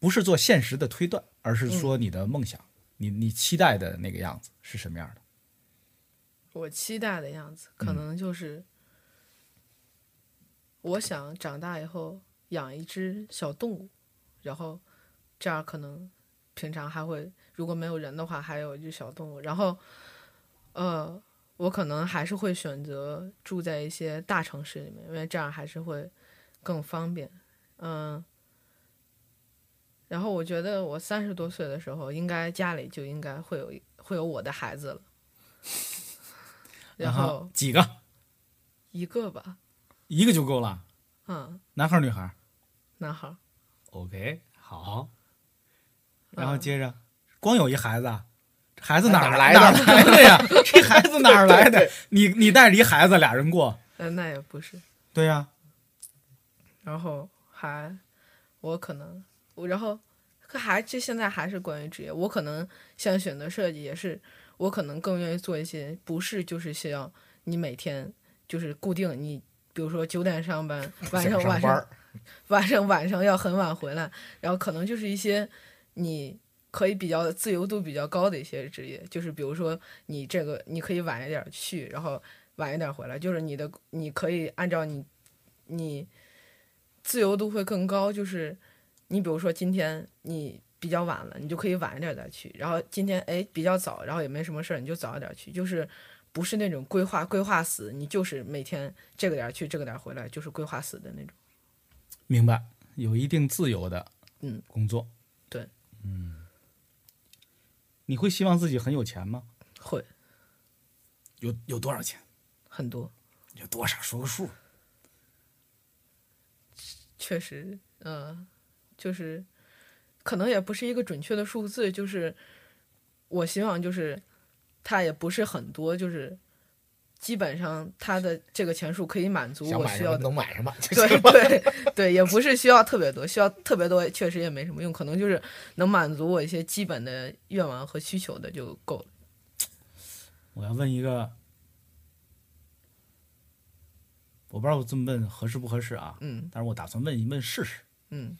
Speaker 2: 不是做现实的推断，而是说你的梦想，你你期待的那个样子是什么样的？
Speaker 3: 我期待的样子，可能就是我想长大以后养一只小动物，然后这样可能平常还会，如果没有人的话，还有一只小动物。然后，呃，我可能还是会选择住在一些大城市里面，因为这样还是会更方便。嗯。然后我觉得我三十多岁的时候，应该家里就应该会有一会有我的孩子了。 *laughs* 然
Speaker 2: 啊
Speaker 3: 后
Speaker 2: 几个？
Speaker 3: 一个吧，
Speaker 2: 一个就够了，
Speaker 3: 嗯，
Speaker 2: 男孩儿女孩儿
Speaker 3: 男孩儿，
Speaker 2: ？OK，好。然
Speaker 3: 嗯
Speaker 2: 后接着，光有一孩子啊，这孩子哪
Speaker 5: 哪
Speaker 2: 儿
Speaker 5: 儿来的
Speaker 2: 哪儿来的 *laughs* 呀？这孩子哪儿来的？你你带着一孩子俩人过，
Speaker 3: 呃，那也不是，
Speaker 2: 对呀、
Speaker 3: 然后还我可能，我然后可还这现在还是关于职业，我可能像选择设计也是，我可能更愿意做一些不是就是像你每天就是固定你，比如说九点上班，晚上
Speaker 5: 想
Speaker 3: 晚
Speaker 5: 上班
Speaker 3: 上
Speaker 5: 儿，
Speaker 3: 晚上晚上要很晚回来，然后可能就是一些你可以比较自由度比较高的一些职业，就是比如说你这个你可以晚一点儿去，然后晚一点儿回来，就是你的你可以按照你你自由度会更高，就是你比如说今天你比较晚了，你就可以晚一点儿再去，然后今天哎比较早，然后也没什么事儿，你就早一点儿去，就是。不是那种规划规划死，你就是每天这个点儿去，这个点儿回来，就是规划死的那种。
Speaker 2: 明白，有一定自由的
Speaker 3: 嗯
Speaker 2: 工作。
Speaker 3: 对，
Speaker 2: 嗯，你会希望自己很有钱吗？
Speaker 3: 会
Speaker 2: 有有多少钱？
Speaker 3: 很多，
Speaker 2: 有多少？说个数。
Speaker 3: 确实，呃，就是可能也不是一个准确的数字，就是我希望就是它也不是很多，就是基本上它的这个钱数可以满足
Speaker 5: 想
Speaker 3: 我
Speaker 5: 买
Speaker 3: 需
Speaker 5: 什
Speaker 3: 要
Speaker 5: 么
Speaker 3: 的
Speaker 2: *laughs*
Speaker 5: 能买什么， *laughs* 就
Speaker 3: 对对对，也不是需要特别多，需要特别多确实也没什么用，可能就是能满足我一些基本的愿望和需求的就够了。
Speaker 2: 我要问一个，我不知道我这么问合适不合适啊，
Speaker 3: 嗯
Speaker 2: 但是我打算问一问试试，
Speaker 3: 嗯，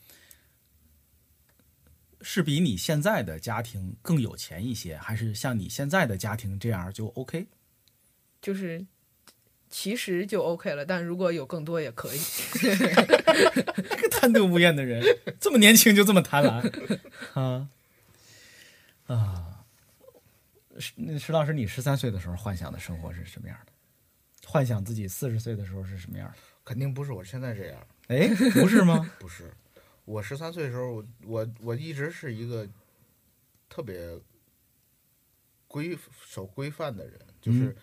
Speaker 2: 是比你现在的家庭更有钱一些，还是像你现在的家庭这样就 OK？
Speaker 3: 就是其实就 OK 了，但如果有更多也可 *laughs* 以。
Speaker 2: 这个 *laughs* 贪得无厌的人，这么年轻就这么贪婪，啊啊！石那石老师，你十三岁的时候幻想的生活是什么样的？幻想自己四十岁的时候是什么样的？
Speaker 5: 肯定不是我现在这样。
Speaker 2: 哎，不是 *laughs* 吗？
Speaker 5: 不是，我十三岁的时候，我我我一直是一个特别规守规范的人，
Speaker 2: 嗯
Speaker 5: 就是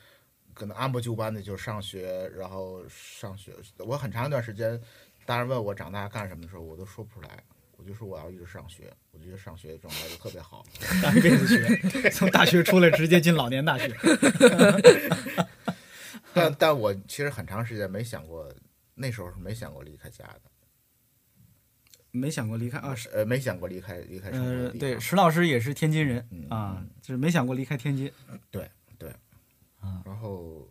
Speaker 5: 可能按部就班的就上学，然后上学。我很长一段时间，大人问我长大干什么的时候，我都说不出来。我就说我要一直上学，我觉得上学状态就特别
Speaker 2: *laughs*
Speaker 5: 好。
Speaker 2: 干一辈子学，从大学出来直接进老年大学。
Speaker 5: 但但我其实很长时间没想过，那时候是没想过离开家的，
Speaker 2: 没想过离开啊，是
Speaker 5: 呃，没想过离开离开生活
Speaker 2: 呃
Speaker 5: 的，地
Speaker 2: 对，
Speaker 5: 方
Speaker 2: 石老师也是天津人
Speaker 5: 嗯
Speaker 2: 啊，就是没想过离开天津。
Speaker 5: 然后，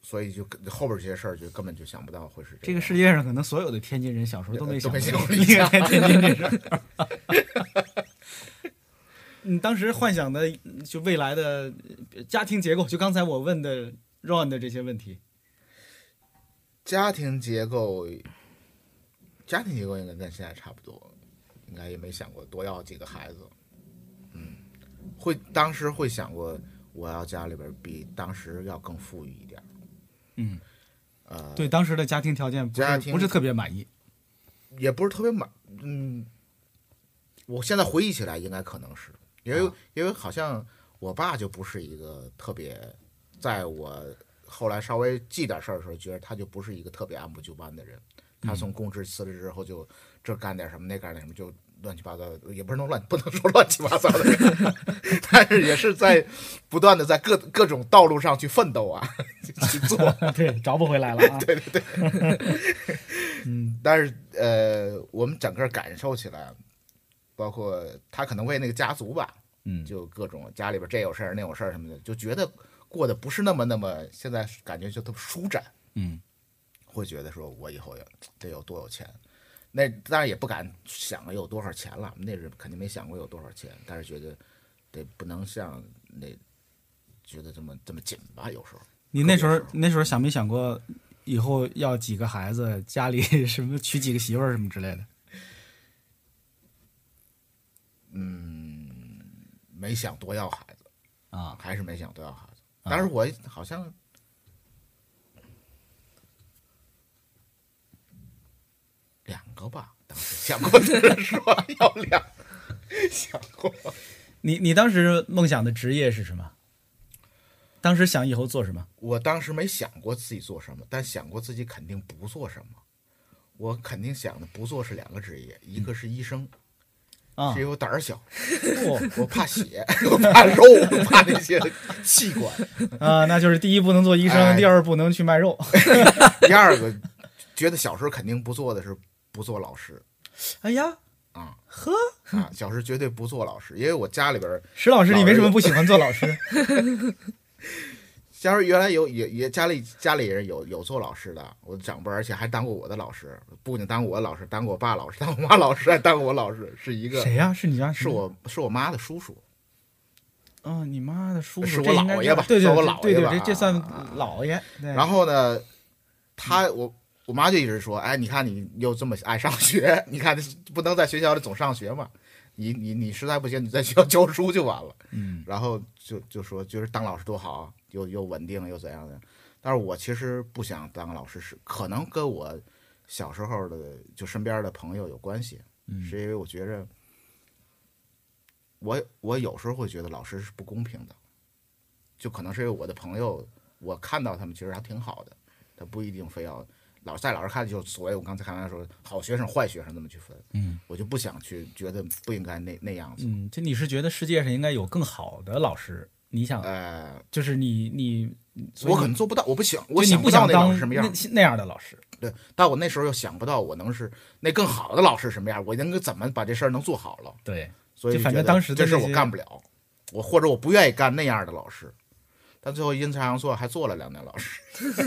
Speaker 5: 所以就跟后边这些事儿就根本就想不到会是
Speaker 2: 这个世
Speaker 5: 界
Speaker 2: 界上可能所有的天津人小时候呃都没想
Speaker 5: 都没想
Speaker 2: 过
Speaker 5: 过
Speaker 2: 离
Speaker 5: 离
Speaker 2: 开
Speaker 5: 家
Speaker 2: *laughs* 天津这事儿。 *laughs* 你当时幻想的就未来的呃家庭结构，就刚才我问的 Ron 的这些问题，
Speaker 5: 家庭结构，家庭结构应该跟现在差不多，应该也没想过多要几个孩子。嗯，会当时会想过我要家里边比当时要更富裕一点。
Speaker 2: 嗯，
Speaker 5: 呃，
Speaker 2: 对当时的家庭条件不
Speaker 5: 家
Speaker 2: 是
Speaker 5: 庭
Speaker 2: 不是特别满意。
Speaker 5: 也不是特别满，嗯，我现在回忆起来应该可能是，因为、因为好像我爸就不是一个特别，在我后来稍微记点事儿的时候，觉得他就不是一个特别按部就班的人。他从公职辞职之后，就这干点什么，那干点什么，就乱七八糟的，也不是能乱，不能说乱七八糟的人， *laughs* 但是也是在不断的在各各种道路上去奋斗啊， *laughs* 去做。
Speaker 2: *laughs* 对，找不回来了啊！
Speaker 5: 但是呃，我们整个感受起来，包括他可能为那个家族吧，
Speaker 2: 嗯
Speaker 5: 就各种家里边这有事儿那有事儿什么的，就觉得过得不是那么那么，现在感觉就特别舒展，
Speaker 2: 嗯，
Speaker 5: 会觉得说我以后要得有多有钱。那当然也不敢想有多少钱了，那是肯定没想过有多少钱，但是觉得得不能像那觉得这么这么紧吧，有时候
Speaker 2: 你那时候
Speaker 5: 特别是
Speaker 2: 那时候想没想过以后要几个孩子，家里 *laughs* 什么娶几个媳妇儿什么之类的？
Speaker 5: 没想多要孩子
Speaker 2: 啊
Speaker 5: 还是没想多要孩子。但是我好像两个吧，当时想过 *laughs* 的是说要两个，想过。
Speaker 2: 你你当时梦想的职业是什么？当时想以后做什么？
Speaker 5: 我当时没想过自己做什么，但想过自己肯定不做什么。我肯定想的不做是两个职业，一个是医生，
Speaker 2: 啊
Speaker 5: 是，因为我胆儿小，
Speaker 2: *laughs* 不
Speaker 5: 我怕血，我怕肉，我怕那些器官。
Speaker 2: 啊，那就是第一不能做医生，
Speaker 5: 哎
Speaker 2: 第二不能去卖肉。
Speaker 5: 第二个，觉得小时候肯定不做的是不做老师
Speaker 2: 哎呀，
Speaker 5: 啊
Speaker 2: 呵，
Speaker 5: 啊，小时候绝对不做老师，因为我家里边儿，
Speaker 2: *laughs* 石老师，
Speaker 5: 老
Speaker 2: 你为
Speaker 5: 人
Speaker 2: 什么不喜欢做老师？
Speaker 5: 家里原来有也也家里家里人有有做老师的，我的长辈儿，而且还当过我的老师，不仅当过我的老师，当过我爸老师，当我妈老师，还当过我老师，是一个
Speaker 2: 谁呀？是你家？
Speaker 5: 是我是我妈的叔叔，
Speaker 2: 啊，你妈的叔
Speaker 5: 是
Speaker 2: 叔，
Speaker 5: 我
Speaker 2: 这应该
Speaker 5: 姥爷吧
Speaker 2: 对对
Speaker 5: 算我
Speaker 2: 对
Speaker 5: 姥
Speaker 2: 对
Speaker 5: 爷
Speaker 2: 对，
Speaker 5: 吧
Speaker 2: 这这算
Speaker 5: 啊
Speaker 2: 姥爷。对
Speaker 5: 然后呢，他我我妈就一直说，哎，你看你又这么爱上学， *laughs* 你看不能在学校里总上学嘛，你你你实在不行，你在学校教书就完了。
Speaker 2: 嗯，
Speaker 5: 然后就就说，就是当老师多好啊，又又稳定又怎样的。但是我其实不想当老师是，可能跟我小时候的就身边的朋友有关系，
Speaker 2: 嗯
Speaker 5: 是因为我觉着我我有时候会觉得老师是不公平的，就可能是因为我的朋友，我看到他们其实还挺好的，他不一定非要老在老师看就所谓我刚才看他说好学生坏学生这么去分，
Speaker 2: 嗯，
Speaker 5: 我就不想去觉得不应该那那样子，
Speaker 2: 嗯，就你是觉得世界上应该有更好的老师？你想，
Speaker 5: 呃，
Speaker 2: 就是你你，所以
Speaker 5: 我可能做不到，我不想，
Speaker 2: 就
Speaker 5: 我
Speaker 2: 你
Speaker 5: 想
Speaker 2: 不
Speaker 5: 到
Speaker 2: 想
Speaker 5: 那老师
Speaker 2: 当
Speaker 5: 什么
Speaker 2: 那
Speaker 5: 样。
Speaker 2: 那样的老师。
Speaker 5: 对，但我那时候又想不到我能是那更好的老师什么样，我能够怎么把这事儿能做好了。
Speaker 2: 对，
Speaker 5: 所以
Speaker 2: 就反
Speaker 5: 觉得
Speaker 2: 正当时的
Speaker 5: 这事儿
Speaker 2: 那
Speaker 5: 我
Speaker 2: 些
Speaker 5: 干不了，我或者我不愿意干那样的老师。但最后阴差阳错还做了两年老师。 *laughs*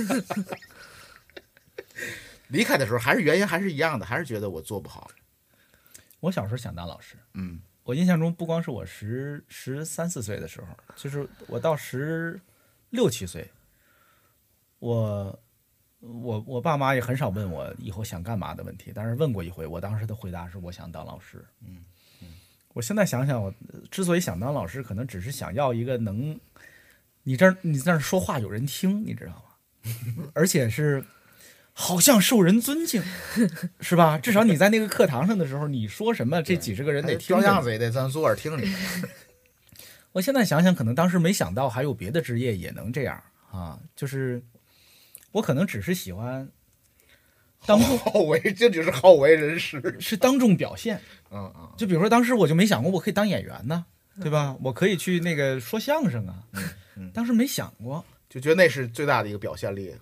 Speaker 5: 离开的时候还是原因还是一样的，还是觉得我做不好。
Speaker 2: 我小时候想当老师，
Speaker 5: 嗯，
Speaker 2: 我印象中不光是我十十三四岁的时候，就是我到十六七岁，我我我爸妈也很少问我以后想干嘛的问题，但是问过一回，我当时的回答是我想当老师。嗯我现在想想，我呃之所以想当老师，可能只是想要一个能，你这儿你在那儿说话有人听，你知道吗？ *laughs* 而且是好像受人尊敬，是吧？至少你在那个课堂上的时候，你说什么，这几十个人得
Speaker 5: 哎
Speaker 2: 听
Speaker 5: 装
Speaker 2: 着
Speaker 5: 样
Speaker 2: 呢
Speaker 5: 子也得咱左耳听 *laughs* 你。
Speaker 2: 我现在想想，可能当时没想到还有别的职业也能这样啊，就是我可能只是喜欢当众
Speaker 5: 好为这只是好为人师。
Speaker 2: 是当众表现，
Speaker 5: 嗯嗯，
Speaker 2: 就比如说当时我就没想过我可以当演员呢，对吧？我可以去那个说相声啊，
Speaker 5: 嗯
Speaker 2: 当时没想过。
Speaker 5: 就觉得那是最大的一个表现力。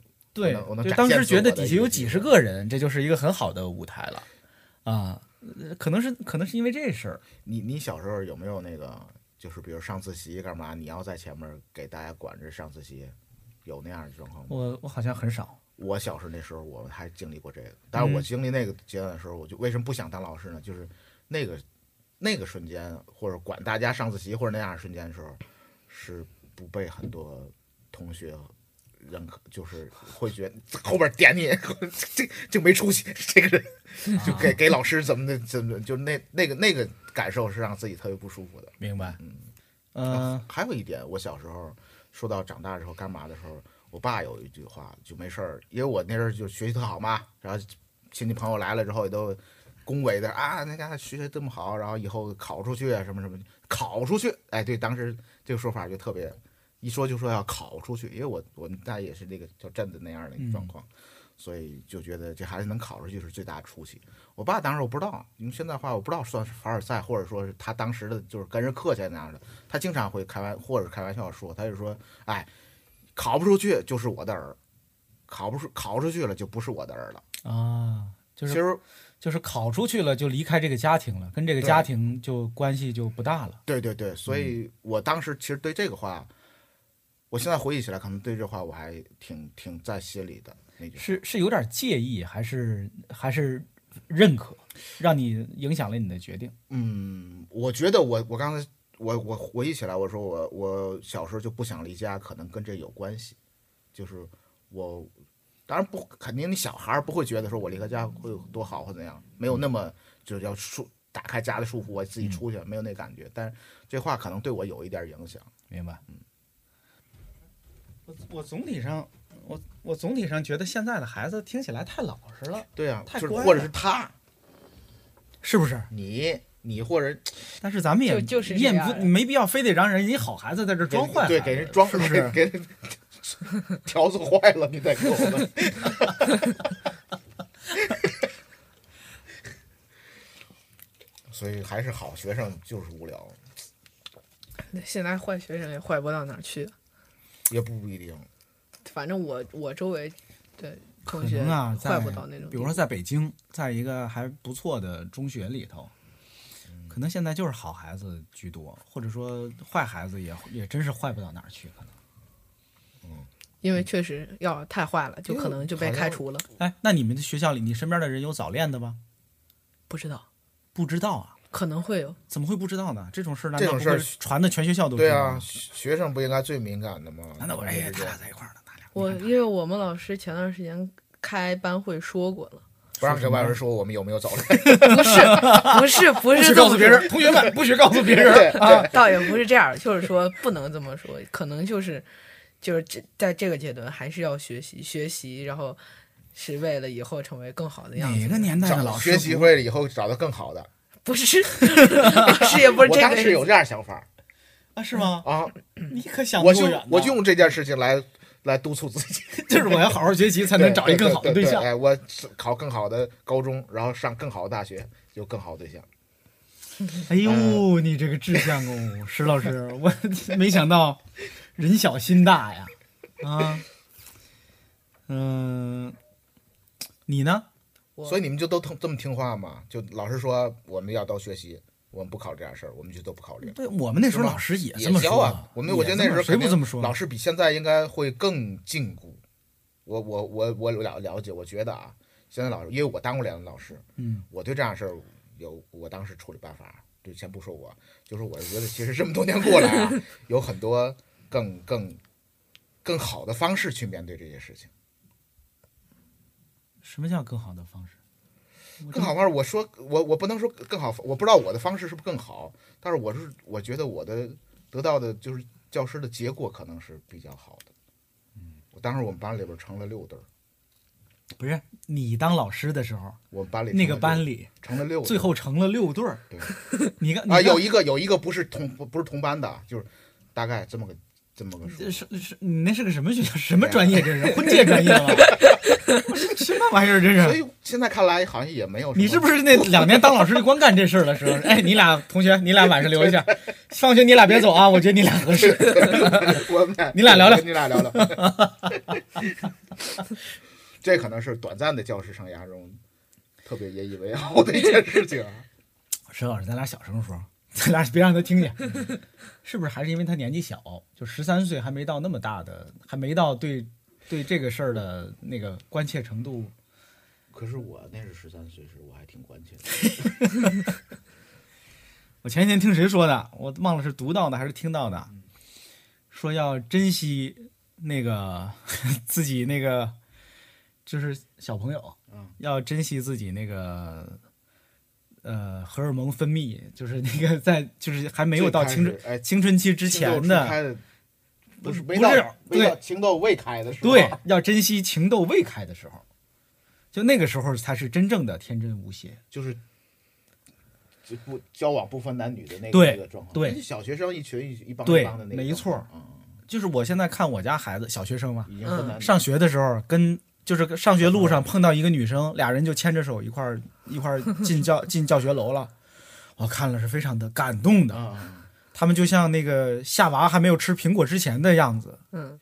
Speaker 5: 我
Speaker 2: 对
Speaker 5: 能我，能
Speaker 2: 就
Speaker 5: 展
Speaker 2: 当
Speaker 5: 现
Speaker 2: 时
Speaker 5: 自
Speaker 2: 觉得
Speaker 5: 我的
Speaker 2: 底
Speaker 5: 一
Speaker 2: 下
Speaker 5: 个
Speaker 2: 有
Speaker 5: 地
Speaker 2: 几
Speaker 5: 方
Speaker 2: 十个人，这就是一个很好的舞台了，啊，呃可能是可能是因为这事儿，
Speaker 5: 你你小时候有没有那个，就是比如上自习干嘛，你要在前面给大家管着上自习，有那样的状况吗？
Speaker 2: 我我好像很少，
Speaker 5: 我小时候那时候我们还经历过这个，但是我
Speaker 2: 嗯
Speaker 5: 经历那个阶段的时候，我就为什么不想当老师呢？就是那个那个瞬间，或者管大家上自习或者那样的瞬间的时候，是不被很多同学。认可就是会觉得后边点你， *laughs* 这这没出息，这个人 *laughs* 就给给老师怎么的怎么的就那那个那个感受是让自己特别不舒服的。
Speaker 2: 明白？嗯，
Speaker 5: *laughs* 还有一点，我小时候说到长大之后干嘛的时候，我爸有一句话就没事儿，因为我那阵儿就学习特好嘛，然后亲戚朋友来了之后也都恭维的啊，那家伙学习这么好，然后以后考出去啊什么什么，考出去，哎，对，当时这个说法就特别，一说就说要考出去，因为我我们家也是那个叫镇子那样的一个状况。所以就觉得这孩子能考出去是最大的出息。我爸当时我不知道，用现在话我不知道算是凡尔赛，或者说是他当时的就是跟人客气那样的，他经常会开玩或者是开玩笑说，他就说，哎，考不出去就是我的儿，考不出考出去了就不是我的儿了。
Speaker 2: 啊，就
Speaker 5: 其
Speaker 2: 是
Speaker 5: 实
Speaker 2: 就是考出去了就离开这个家庭了，跟这个
Speaker 5: 对
Speaker 2: 家庭就关系就不大了。
Speaker 5: 对对对，所以我当时其实对这个话，我现在回忆起来，可能对这话我还挺挺在心里的那句话。
Speaker 2: 是是有点介意，还是还是认可，让你影响了你的决定？
Speaker 5: 嗯，我觉得我我刚才我我回忆起来，我说我我小时候就不想离家，可能跟这有关系，就是我当然不肯定你小孩儿不会觉得说我离开家会有多好或怎样，没有那么就是要束打开家的束缚，我自己出去、没有那感觉，但是这话可能对我有一点影响。
Speaker 2: 明白？嗯我我总体上，我我总体上觉得现在的孩子听起来太老实了，
Speaker 5: 对啊，
Speaker 2: 太
Speaker 5: 就是
Speaker 2: 乖
Speaker 5: 或者
Speaker 2: 了
Speaker 5: 是他
Speaker 2: 是不是？
Speaker 5: 你你或者
Speaker 2: 但是咱们也
Speaker 3: 就就是
Speaker 2: 你
Speaker 3: 这
Speaker 2: 也
Speaker 3: 样
Speaker 2: 不没必要非得让人家好孩子在这
Speaker 5: 给
Speaker 2: 装坏孩子，
Speaker 5: 对，给人装
Speaker 2: 是不是？
Speaker 5: 给给人条子坏了，你再给我们。所以还是好学生就是无聊，
Speaker 3: 现在坏学生也坏不到哪儿去，
Speaker 5: 也不一定。
Speaker 3: 反正我我周围的同
Speaker 2: 可
Speaker 3: 学
Speaker 2: 能啊，在
Speaker 3: 坏不到那种地步。
Speaker 2: 比如说在北京，在一个还不错的中学里头，可能现在就是好孩子居多，或者说坏孩子也也真是坏不到哪儿去。可能
Speaker 3: 因为确实要太坏了，就可能就被开除了。
Speaker 2: 哎，那你们的学校里，你身边的人有早恋的吗？
Speaker 3: 不知道，
Speaker 2: 不知道啊，
Speaker 3: 可能会有。
Speaker 2: 怎么会不知道呢？这种事儿难
Speaker 5: 这
Speaker 2: 道
Speaker 5: 种
Speaker 2: 不
Speaker 5: 事儿
Speaker 2: 会传的全学校都知
Speaker 5: 对
Speaker 2: 道
Speaker 5: 啊，
Speaker 2: 吗？
Speaker 5: 学学生不应该最敏感的吗？
Speaker 2: 难道我哎呀，
Speaker 5: 对不
Speaker 2: 他
Speaker 5: 对
Speaker 2: 俩在一块儿呢，他俩
Speaker 3: 我因为我们老师前段时间开班会说过 *laughs* 了，
Speaker 5: 不让给外人说我们有没
Speaker 2: *laughs*
Speaker 5: 有早恋？
Speaker 3: 不是不是不
Speaker 2: 不
Speaker 3: 是
Speaker 2: 许
Speaker 3: 这
Speaker 2: 告
Speaker 3: 么
Speaker 2: 诉别
Speaker 3: 说
Speaker 2: 人，同学们不许告诉别人。
Speaker 3: 啊， *laughs* 倒也不是这样儿，就是说不能这么说，可能就是就是这在这个阶段还是要学习学习，然后是为了以后成为更好的样
Speaker 2: 哪
Speaker 3: 子。
Speaker 2: 个年代的
Speaker 5: 找
Speaker 2: 老师
Speaker 5: 学习
Speaker 2: 不
Speaker 5: 会以后找到更好的。
Speaker 3: 不是 *laughs* 老师也不是
Speaker 5: 我
Speaker 3: 这
Speaker 5: 当
Speaker 3: 个
Speaker 5: 时有
Speaker 3: 意思，
Speaker 5: 这样想法
Speaker 2: 啊？是吗？
Speaker 5: 啊，
Speaker 2: 你可想
Speaker 5: 我
Speaker 2: 多
Speaker 5: 就
Speaker 2: 远呢
Speaker 5: 我就用这件事情来来督促自己，
Speaker 2: *laughs* 就是我要好好学习，才
Speaker 5: 才
Speaker 2: 能找一个更好的
Speaker 5: 对
Speaker 2: 象。
Speaker 5: 哎，我考更好的高中，然后上更好的大学，有更好的对象。
Speaker 2: 哎呦，你这个志向哦，石老师， *laughs* 我没想到人小心大呀，啊，嗯、你呢？
Speaker 3: 我
Speaker 5: 所以你们就都听这么听话嘛？就老师说我们要都学习，我们不考这点事儿，我们就都不考虑。
Speaker 2: 对我们那时候
Speaker 5: 是吧
Speaker 2: 老师也
Speaker 5: 也
Speaker 2: 这么
Speaker 5: 教
Speaker 2: 说
Speaker 5: 啊，我们我觉得那
Speaker 2: 也
Speaker 5: 时
Speaker 2: 么
Speaker 5: 候
Speaker 2: 谁
Speaker 5: 肯
Speaker 2: 不
Speaker 5: 定
Speaker 2: 这么说呢？
Speaker 5: 老师比现在应该会更禁锢。我我我我了了解，我觉得啊，现在老师，因为我当过两个老师，
Speaker 2: 嗯，
Speaker 5: 我对这样的事儿有我当时处理办法，就先不说我，就是我觉得其实这么多年过来
Speaker 2: *laughs*
Speaker 5: 啊，有很多更更更好的方式去面对这些事情。
Speaker 2: 什么叫更好的方式？
Speaker 5: 更
Speaker 2: 嗯
Speaker 5: 好方式，我说我我不能说更好，我不知道我的方式是不是更好，但是我是我觉得我的得到的就是教师的结果可能是比较好的。嗯，我当时我们班里边成了六对儿，
Speaker 2: 不是你当老师的时候，
Speaker 5: 我们班里
Speaker 2: 那个
Speaker 5: 成了
Speaker 2: 班
Speaker 5: 六
Speaker 2: 里
Speaker 5: 成了六对儿，
Speaker 2: 最后成了六对儿
Speaker 5: 对。
Speaker 2: *laughs* 你看，你
Speaker 5: 啊
Speaker 2: 看
Speaker 5: 有一个有一个不是同不是同班的，啊就是大概这么个这么个数
Speaker 2: 这。是是，你那是个什么学校？什么专业？这是婚介专业 *laughs* 吗？我说什么玩意儿？这
Speaker 5: 所
Speaker 2: 是？啊
Speaker 5: 以现在看来好像也没有什么
Speaker 2: *laughs* 你是不是那两年当老师就光干这事儿了？是不是？哎，你俩同学，你俩晚上留一下，放学你俩别走啊，我觉得你俩合适。 *laughs*
Speaker 5: 我们俩
Speaker 2: 你俩聊聊
Speaker 5: *laughs* 你俩聊聊。这可能是短暂的教师生涯中特别引以为傲的一件事情啊。
Speaker 2: 石老师，咱俩小声说， *laughs* 咱俩别让他听见，是不是？还是因为他年纪小，就十三岁还没到那么大的，还没到对对这个事儿的那个关切程度。
Speaker 5: 可是我那是十三岁时，我还挺关切的。
Speaker 2: 我前几天听谁说的，我忘了是读到的还是听到
Speaker 5: 嗯
Speaker 2: 的，说要珍惜那个 *laughs* 自己那个就是小朋友，
Speaker 5: 嗯
Speaker 2: 要珍惜自己那个呃荷尔蒙分泌，就是那个在就是还没有到青春
Speaker 5: 最开始哎
Speaker 2: 青春期之前
Speaker 5: 情窦初
Speaker 2: 的，
Speaker 5: 开的不是没
Speaker 2: 不
Speaker 5: 到
Speaker 2: 是
Speaker 5: 没到
Speaker 2: 对
Speaker 5: 情窦未开的时候，啊
Speaker 2: 对，要珍惜情窦未开的时候，就那个时候才是真正的天真无邪。
Speaker 5: 就是就不交往不分男女的那个
Speaker 2: 对
Speaker 5: 那个状况，
Speaker 2: 对
Speaker 5: 那就小学生一群一一帮
Speaker 2: 对
Speaker 5: 一帮的那个状况，
Speaker 2: 没错
Speaker 5: 嗯，
Speaker 2: 就是我现在看我家孩子小学生嘛，
Speaker 5: 已经分男女
Speaker 2: 上学的时候跟就是上学路上碰到一个女生，俩人就牵着手一块儿一块儿进教 *laughs* 进教学楼了，我看了是非常的感动的。
Speaker 5: 啊，
Speaker 2: 他们就像那个夏娃还没有吃苹果之前的样子，
Speaker 3: 嗯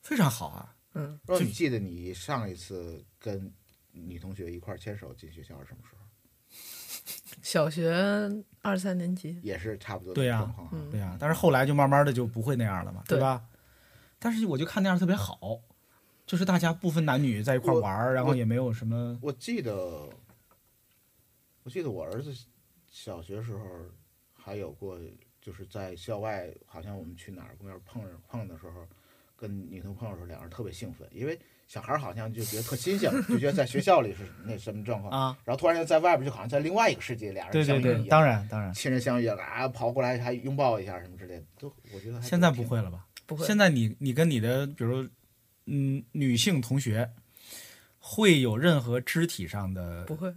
Speaker 2: 非常好啊。
Speaker 3: 嗯，
Speaker 5: 若你记得你上一次跟女同学一块儿牵手进学校是什么时候？
Speaker 3: 小学二三年级，嗯
Speaker 5: 也是差不多
Speaker 2: 对
Speaker 5: 的
Speaker 2: 呀
Speaker 5: 状况啊。
Speaker 2: 对呀、但是后来就慢慢的就不会那样了嘛，
Speaker 3: 对
Speaker 2: 吧？但是我就看那样特别好，就是大家不分男女在一块儿玩儿，然后也没有什么
Speaker 5: 我记得，我记得我儿子小学时候还有过，就是在校外，好像我们去哪儿公园碰着碰的时候，跟女同朋友的时候，两人特别兴奋，因为小孩儿好像就觉得特新鲜，就觉得在学校里是那什么状况，
Speaker 2: 啊。
Speaker 5: 然后突然间在外边就好像在另外一个世界，俩
Speaker 2: 对
Speaker 5: 人相
Speaker 2: 对
Speaker 5: 遇
Speaker 2: 对
Speaker 5: 一，样
Speaker 2: 当，然当然，
Speaker 5: 亲人相遇啊，跑过来还拥抱一下什么之类的，都我觉得还
Speaker 2: 现在不
Speaker 5: 挺
Speaker 2: 会了吧？
Speaker 3: 不会
Speaker 2: 现在你你跟你的比如嗯女性同学，会有任何肢体上的
Speaker 3: 不会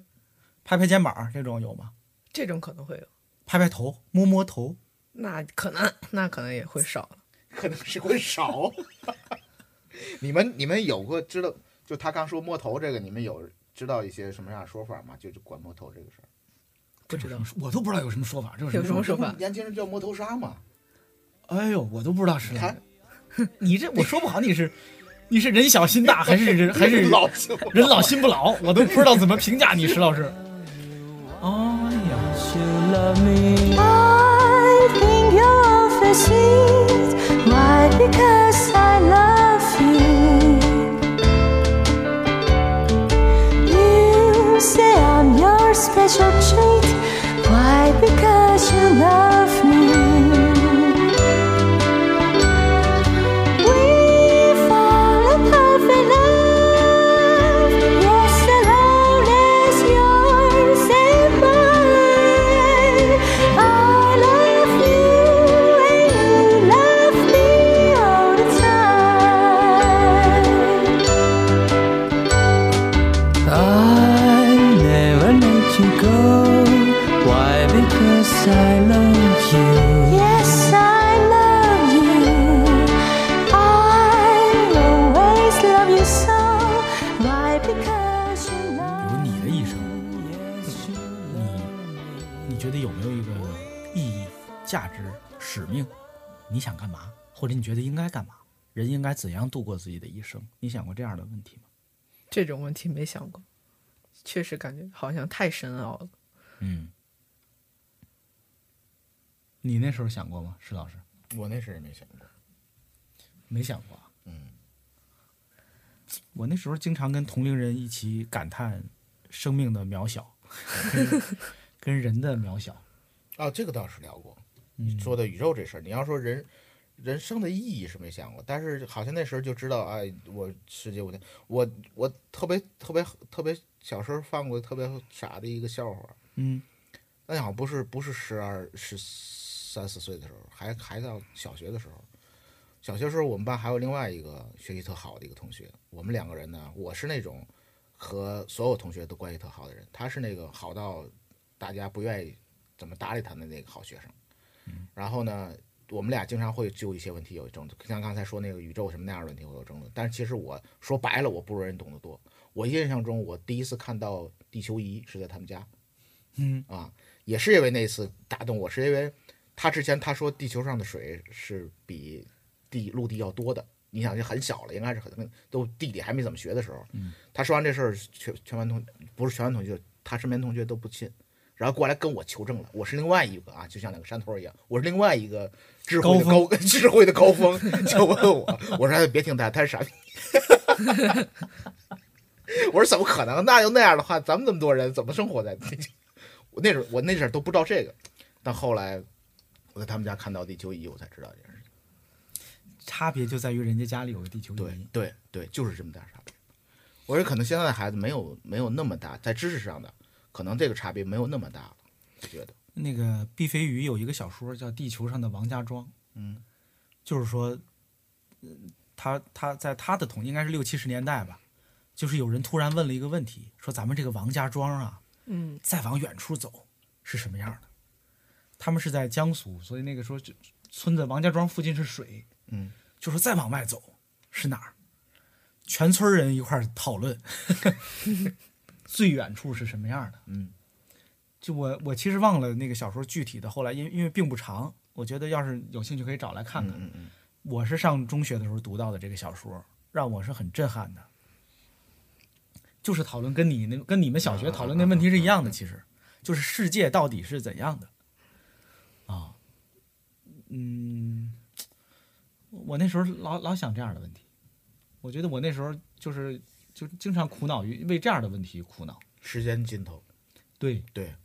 Speaker 2: 拍拍肩膀这种有吗？
Speaker 3: 这种可能会有，
Speaker 2: 拍拍头，摸摸头，
Speaker 3: 那可能那可能也会少了。
Speaker 5: 可能是会少。 *laughs* 你们你们有过知道？就他刚说摸头这个，你们有知道一些什么样的说法吗？就是管摸头这个事儿，
Speaker 2: 不知道，
Speaker 5: 嗯
Speaker 2: 我都不知道有什么说法，这
Speaker 3: 有什么说法？
Speaker 5: 年轻人叫摸头杀嘛。
Speaker 2: 哎呦，我都不知道是
Speaker 5: 你看，
Speaker 2: 你这我说不好，你是你是人小心大还是
Speaker 3: *laughs*
Speaker 2: 还是
Speaker 5: 老师傅
Speaker 2: 人老心不老，我都不知道怎么评价你，石老师。哎呀，
Speaker 7: I think you're overseas. Why? Because I love you. You say I'm your special treat. Why? Because you love me. We fall in perfect love. Yes, the love is yours and mine. I love you and you love me all the time.
Speaker 8: *laughs* I never let you go. Why? Because I love you.
Speaker 7: Yes, I love you. I always love you so. Why? Because you love
Speaker 2: 有你的一生，你你觉得有没有一个意义、价值、使命？你想干嘛，或者你觉得应该干嘛？人应该怎样度过自己的一生？你想过这样的问题吗？
Speaker 3: 这种问题没想过，确实感觉好像太深奥了。
Speaker 2: 嗯，你那时候想过吗，石老师？
Speaker 5: 我那时候也没想过。
Speaker 2: 没想过。啊
Speaker 5: 嗯，
Speaker 2: 我那时候经常跟同龄人一起感叹生命的渺小，跟跟 *laughs* 人的渺小。
Speaker 5: 啊，这个倒是聊过。你说的宇宙这事儿，你要说人人生的意义是没想过，但是好像那时候就知道，哎，我世界无天。我我特别特别特别小时候犯过特别傻的一个笑话，
Speaker 2: 嗯，
Speaker 5: 那好像不是不是十二十三四岁的时候，还还到小学的时候。小学时候，我们班还有另外一个学习特好的一个同学，我们两个人呢，我是那种和所有同学都关系特好的人，他是那个好到大家不愿意怎么搭理他的那个好学生。然后呢，我们俩经常会就一些问题有争论，像刚才说那个宇宙什么那样的问题会有争论。但是其实我说白了，我不如人懂得多。我印象中，我第一次看到地球仪是在他们家，嗯啊，也是因为那次打动我，是因为他之前他说地球上的水是比地陆地要多的。你想，这很小了，应该是很都地理还没怎么学的时候，他说完这事儿，全全班同不是全班同学，他身边同学都不信，然后过来跟我求证了，我是另外一个啊，就像两个山头一样，我是另外一个智慧的高 *laughs* 智慧的高峰，就问我，我说哎别听他，他是傻逼。 *laughs* 我说怎么可能？那就那样的话，咱们那么多人怎么生活在地球？ *laughs* 我那时候我那阵儿都不知道这个，但后来我在他们家看到地球仪，我才知道这件事情。
Speaker 2: 差别就在于人家家里有个地球
Speaker 5: 对
Speaker 2: 仪。
Speaker 5: 对对，就是这么大差别。我说可能现在的孩子没有没有那么大，在知识上的可能这个差别没有那么大了，我觉得。
Speaker 2: 那个毕飞宇有一个小说叫《地球上的王家庄》，
Speaker 5: 嗯，
Speaker 2: 就是说，呃他他在他的统应该是六七十年代吧，就是有人突然问了一个问题，说咱们这个王家庄啊，
Speaker 3: 嗯，
Speaker 2: 再往远处走是什么样的？他们是在江苏，所以那个说就村子王家庄附近是水，
Speaker 5: 嗯，
Speaker 2: 就说再往外走是哪儿？全村人一块儿讨论， *laughs* 最远处是什么样的？
Speaker 5: 嗯，
Speaker 2: 就我我其实忘了那个小说具体的，后来因因为并不长，我觉得要是有兴趣可以找来看看。
Speaker 5: 嗯嗯
Speaker 2: 我是上中学的时候读到的这个小说，让我是很震撼的。就是讨论跟你那跟你们小学讨论那问题是一
Speaker 5: 啊
Speaker 2: 样的，其实就是世界到底是怎样的啊？嗯，我那时候老老想这样的问题，我觉得我那时候就是就经常苦恼于为这样的问题苦恼。
Speaker 5: 时间尽头，
Speaker 2: 对，
Speaker 5: 对，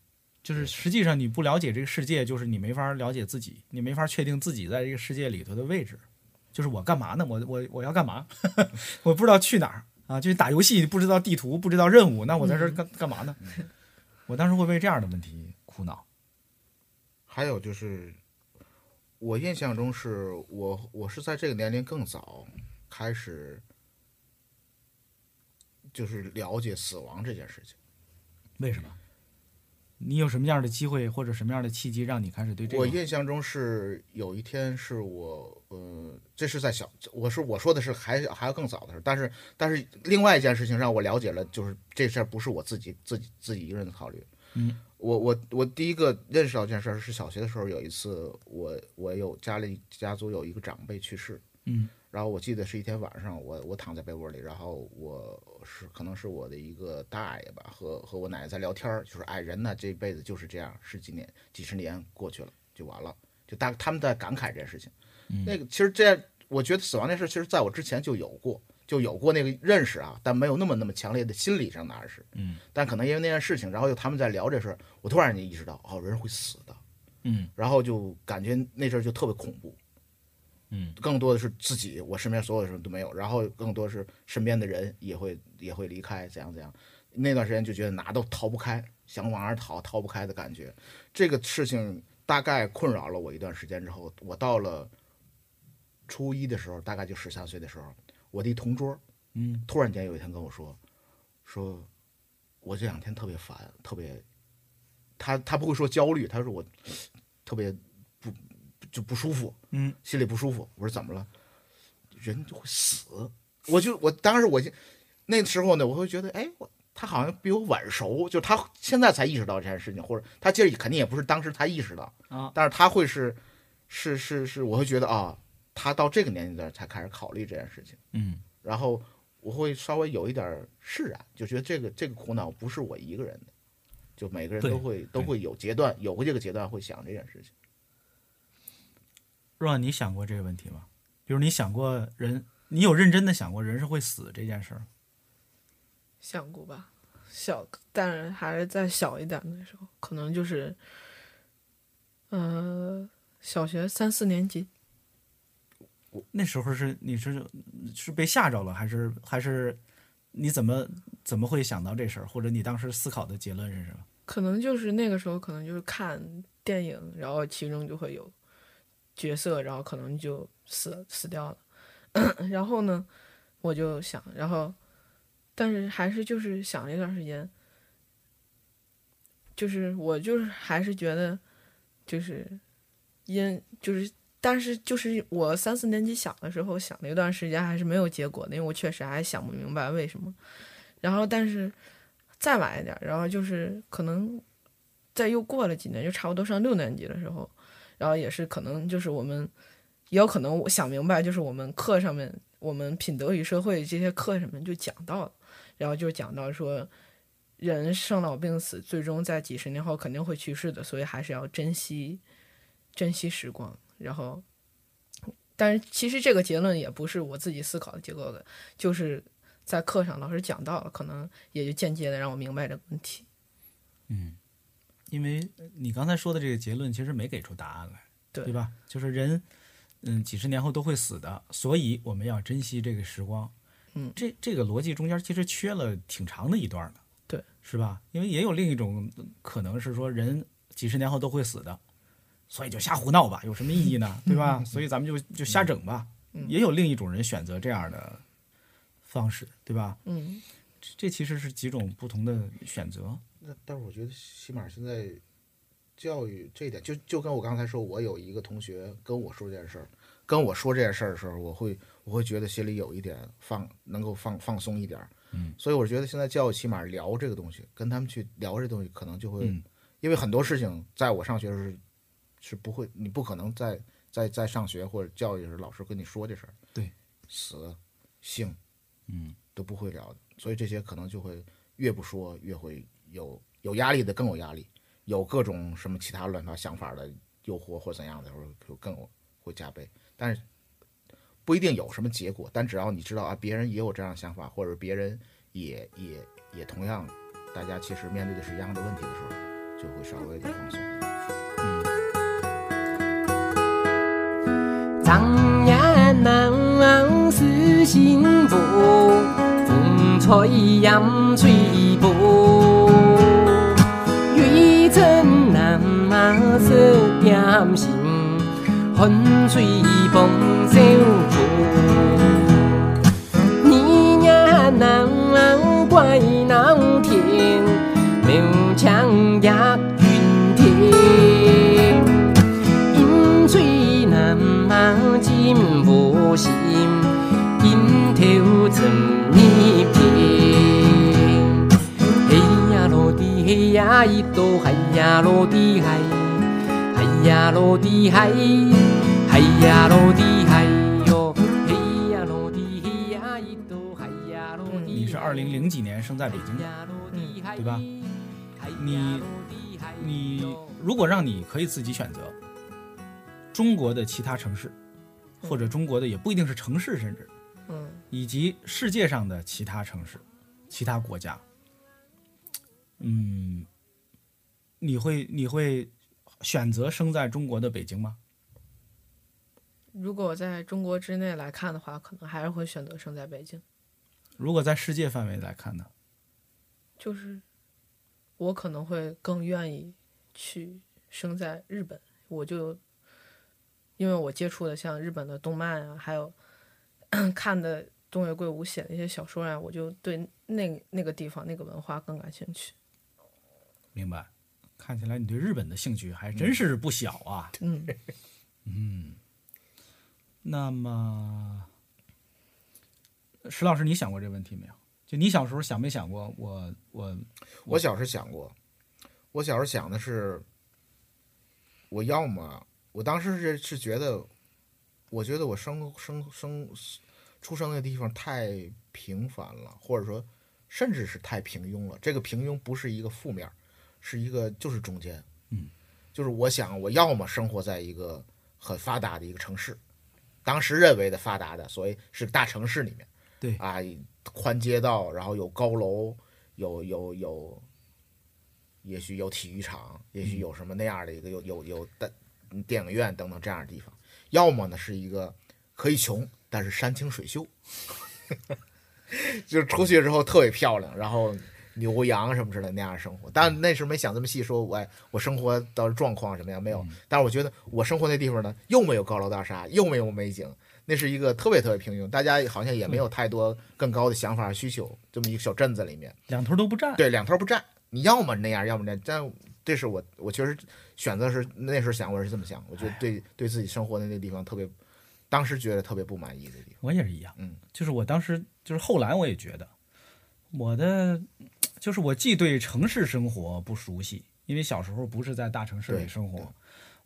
Speaker 2: 就是实际上你不了解这个世界，就是你没法了解自己，你没法确定自己在这个世界里头的位置。就是我干嘛呢？我我我要干嘛？ *laughs* 我不知道去哪儿啊！就是打游戏不知道地图，不知道任务，那我在这儿干、干嘛呢？我当时会为这样的问题苦恼。
Speaker 5: 还有就是，我印象中是我我是在这个年龄更早开始，就是了解死亡这件事情。
Speaker 2: 为什么？你有什么样的机会或者什么样的契机让你开始对这
Speaker 5: 我
Speaker 2: 个？
Speaker 5: 印象中是有一天是我，呃，这是在小，我是我说的是还还要更早的事儿，但是但是另外一件事情让我了解了，就是这事儿不是我自己自己自己一个人的考虑。
Speaker 2: 嗯，
Speaker 5: 我我我第一个认识到这件事儿是小学的时候，有一次我我有家里家族有一个长辈去世，
Speaker 2: 嗯，
Speaker 5: 然后我记得是一天晚上，我我躺在被窝里，然后我是可能是我的一个大爷吧，和和我奶奶在聊天儿，就是哎人呢这辈子就是这样，十几年几十年过去了就完了，就大他们在感慨这件事情。
Speaker 2: 嗯
Speaker 5: 那个其实这我觉得死亡这事儿，其实在我之前就有过，就有过那个认识啊，但没有那么那么强烈的心理上的暗示。
Speaker 2: 嗯，
Speaker 5: 但可能因为那件事情，然后又他们在聊这事儿，我突然间意识到，哦，人会死的。
Speaker 2: 嗯，
Speaker 5: 然后就感觉那阵儿就特别恐怖。
Speaker 2: 嗯，
Speaker 5: 更多的是自己，我身边所有的人都没有，然后更多是身边的人也会也会离开，怎样怎样。那段时间就觉得哪都逃不开，想往哪儿逃逃不开的感觉。这个事情大概困扰了我一段时间之后，我到了初一的时候，大概就十三岁的时候，我的一同桌，
Speaker 2: 嗯，
Speaker 5: 突然间有一天跟我说，说我这两天特别烦，特别，他他不会说焦虑，他说我特别不就不舒服，
Speaker 2: 嗯，
Speaker 5: 心里不舒服。我说怎么了？人就会死，我就我当时我就那时候呢，我会觉得，哎，我他好像比我晚熟，就他现在才意识到这件事情，或者他其实肯定也不是当时他意识到
Speaker 2: 啊
Speaker 5: 但是他会是是是是，我会觉得啊，他到这个年龄段才开始考虑这件事情。
Speaker 2: 嗯
Speaker 5: 然后我会稍微有一点儿释然，就觉得这个这个苦恼不是我一个人的，就每个人
Speaker 2: 对
Speaker 5: 都会都
Speaker 2: 对
Speaker 5: 会有阶段，有过这个阶段会想这件事情。
Speaker 2: 若你想过这个问题吗？比如你想过人，你有认真的想过人是会死这件事儿吗？
Speaker 3: 想过吧，小，但是还是在小一点的时候，可能就是，呃，小学三四年级，
Speaker 2: 那时候是你是是被吓着了，还是还是你怎么怎么会想到这事儿，或者你当时思考的结论是什么？
Speaker 3: 可能就是那个时候，可能就是看电影，然后其中就会有角色，然后可能就死死掉了。 *coughs* 然后呢，我就想，然后，但是还是就是想了一段时间，就是我就是还是觉得，就是因就是，但是就是我三四年级想的时候，想了一段时间还是没有结果的，因为我确实还想不明白为什么。然后，但是再晚一点儿，然后就是可能再又过了几年，就差不多上六年级的时候，然后也是可能就是我们，也有可能我想明白，就是我们课上面，我们品德与社会这些课上面就讲到了，然后就讲到说，人生老病死，最终在几十年后肯定会去世的，所以还是要珍惜，珍惜时光，然后。但是其实这个结论也不是我自己思考的结果的，就是在课上老师讲到了，可能也就间接的让我明白这个问题。
Speaker 2: 因为你刚才说的这个结论其实没给出答案来，
Speaker 3: 对
Speaker 2: 对吧？就是人，嗯，几十年后都会死的，所以我们要珍惜这个时光。
Speaker 3: 嗯
Speaker 2: 这这个逻辑中间其实缺了挺长的一段的，
Speaker 3: 对，
Speaker 2: 是吧？因为也有另一种可能是说，人几十年后都会死的，所以就瞎胡闹吧，有什么意义呢？
Speaker 3: *laughs*
Speaker 2: 对吧？所以咱们就就瞎整吧。
Speaker 3: 嗯
Speaker 2: 也有另一种人选择这样的方式，对吧？
Speaker 3: 嗯，
Speaker 2: 这这其实是几种不同的选择。
Speaker 5: 那但是我觉得起码现在教育这一点，就就跟我刚才说，我有一个同学跟我说这件事儿，跟我说这件事儿的时候，我会我会觉得心里有一点放，能够放放松一点。嗯，所以我觉得现在教育起码聊这个东西，跟他们去聊这东西，可能就会，
Speaker 2: 嗯
Speaker 5: 因为很多事情在我上学的时候是是不会，你不可能在在在上学或者教育的时候老师跟你说这事儿，
Speaker 2: 对，
Speaker 5: 死、性
Speaker 2: 嗯，
Speaker 5: 都不会聊的，所以这些可能就会越不说越会有有压力的更有压力，有各种什么其他乱七八想法的诱惑或怎样的，会更有会加倍。但是不一定有什么结果，但只要你知道啊，别人也有这样的想法，或者别人也也也同样，大家其实面对的是一样的问题的时候，就会稍微的放松。
Speaker 8: 昨夜难忘思情无，风吹烟吹无。雨阵南马雪点心，风吹风萧无。你也难忘怪难听，明枪也里哆，嗨呀罗的嗨，嗨呀罗的嗨，嗨呀罗的嗨哟，嘿呀罗的嘿呀一哆，嗨呀罗的。
Speaker 2: 你是二零零几年生在北京的，对吧？你你如果让你可以自己选择中国的其他城市，或者中国的也不一定是城市，甚至
Speaker 3: 嗯，
Speaker 2: 以及世界上的其他城市、其他国家，嗯，你会你会选择生在中国的北京吗？
Speaker 3: 如果我在中国之内来看的话，可能还是会选择生在北京。
Speaker 2: 如果在世界范围来看呢？
Speaker 3: 就是我可能会更愿意去生在日本，我就因为我接触的像日本的动漫啊，还有 *clears throat* 看的东野圭吾写的一些小说啊，我就对那那个地方那个文化更感兴趣。
Speaker 2: 明白？看起来你对日本的兴趣还真是不小啊。
Speaker 3: 嗯，
Speaker 2: 那么，石老师，你想过这个问题没有？就你小时候想没想过我我
Speaker 5: 我小时候想过，我小时候想的是，我要么，我当时是是觉得，我觉得我生生生出生的地方太平凡了，或者说，甚至是太平庸了。这个平庸不是一个负面，是一个就是中间。
Speaker 2: 嗯，
Speaker 5: 就是我想，我要么生活在一个很发达的一个城市，当时认为的发达的，所谓是大城市里面，
Speaker 2: 对
Speaker 5: 啊，宽街道，然后有高楼，有有有，也许有体育场，也许有什么那样的一个有有有的电影院等等这样的地方，要么呢是一个可以穷，但是山清水秀， *laughs* 就是出去之后特别漂亮，然后牛羊什么之类的那样的生活。但那时候没想这么细，说我我生活到底状况什么样没有。但是我觉得我生活那地方呢，又没有高楼大厦，又没有美景，那是一个特别特别平庸，大家好像也没有太多更高的想法需求，这么一个小镇子里面。
Speaker 2: 两头都不占？
Speaker 5: 对，两头不占，你要么那样，要么那样。但这是我，我确实选择是那时候想，我是这么想，我觉
Speaker 2: 哎
Speaker 5: 得对对自己生活的那地方特别，当时觉得特别不满意的地方。
Speaker 2: 我也是一样，
Speaker 5: 嗯，
Speaker 2: 就是我当时就是后来我也觉得，我的就是我既对城市生活不熟悉，因为小时候不是在大城市里
Speaker 5: 对
Speaker 2: 生
Speaker 5: 对
Speaker 2: 活，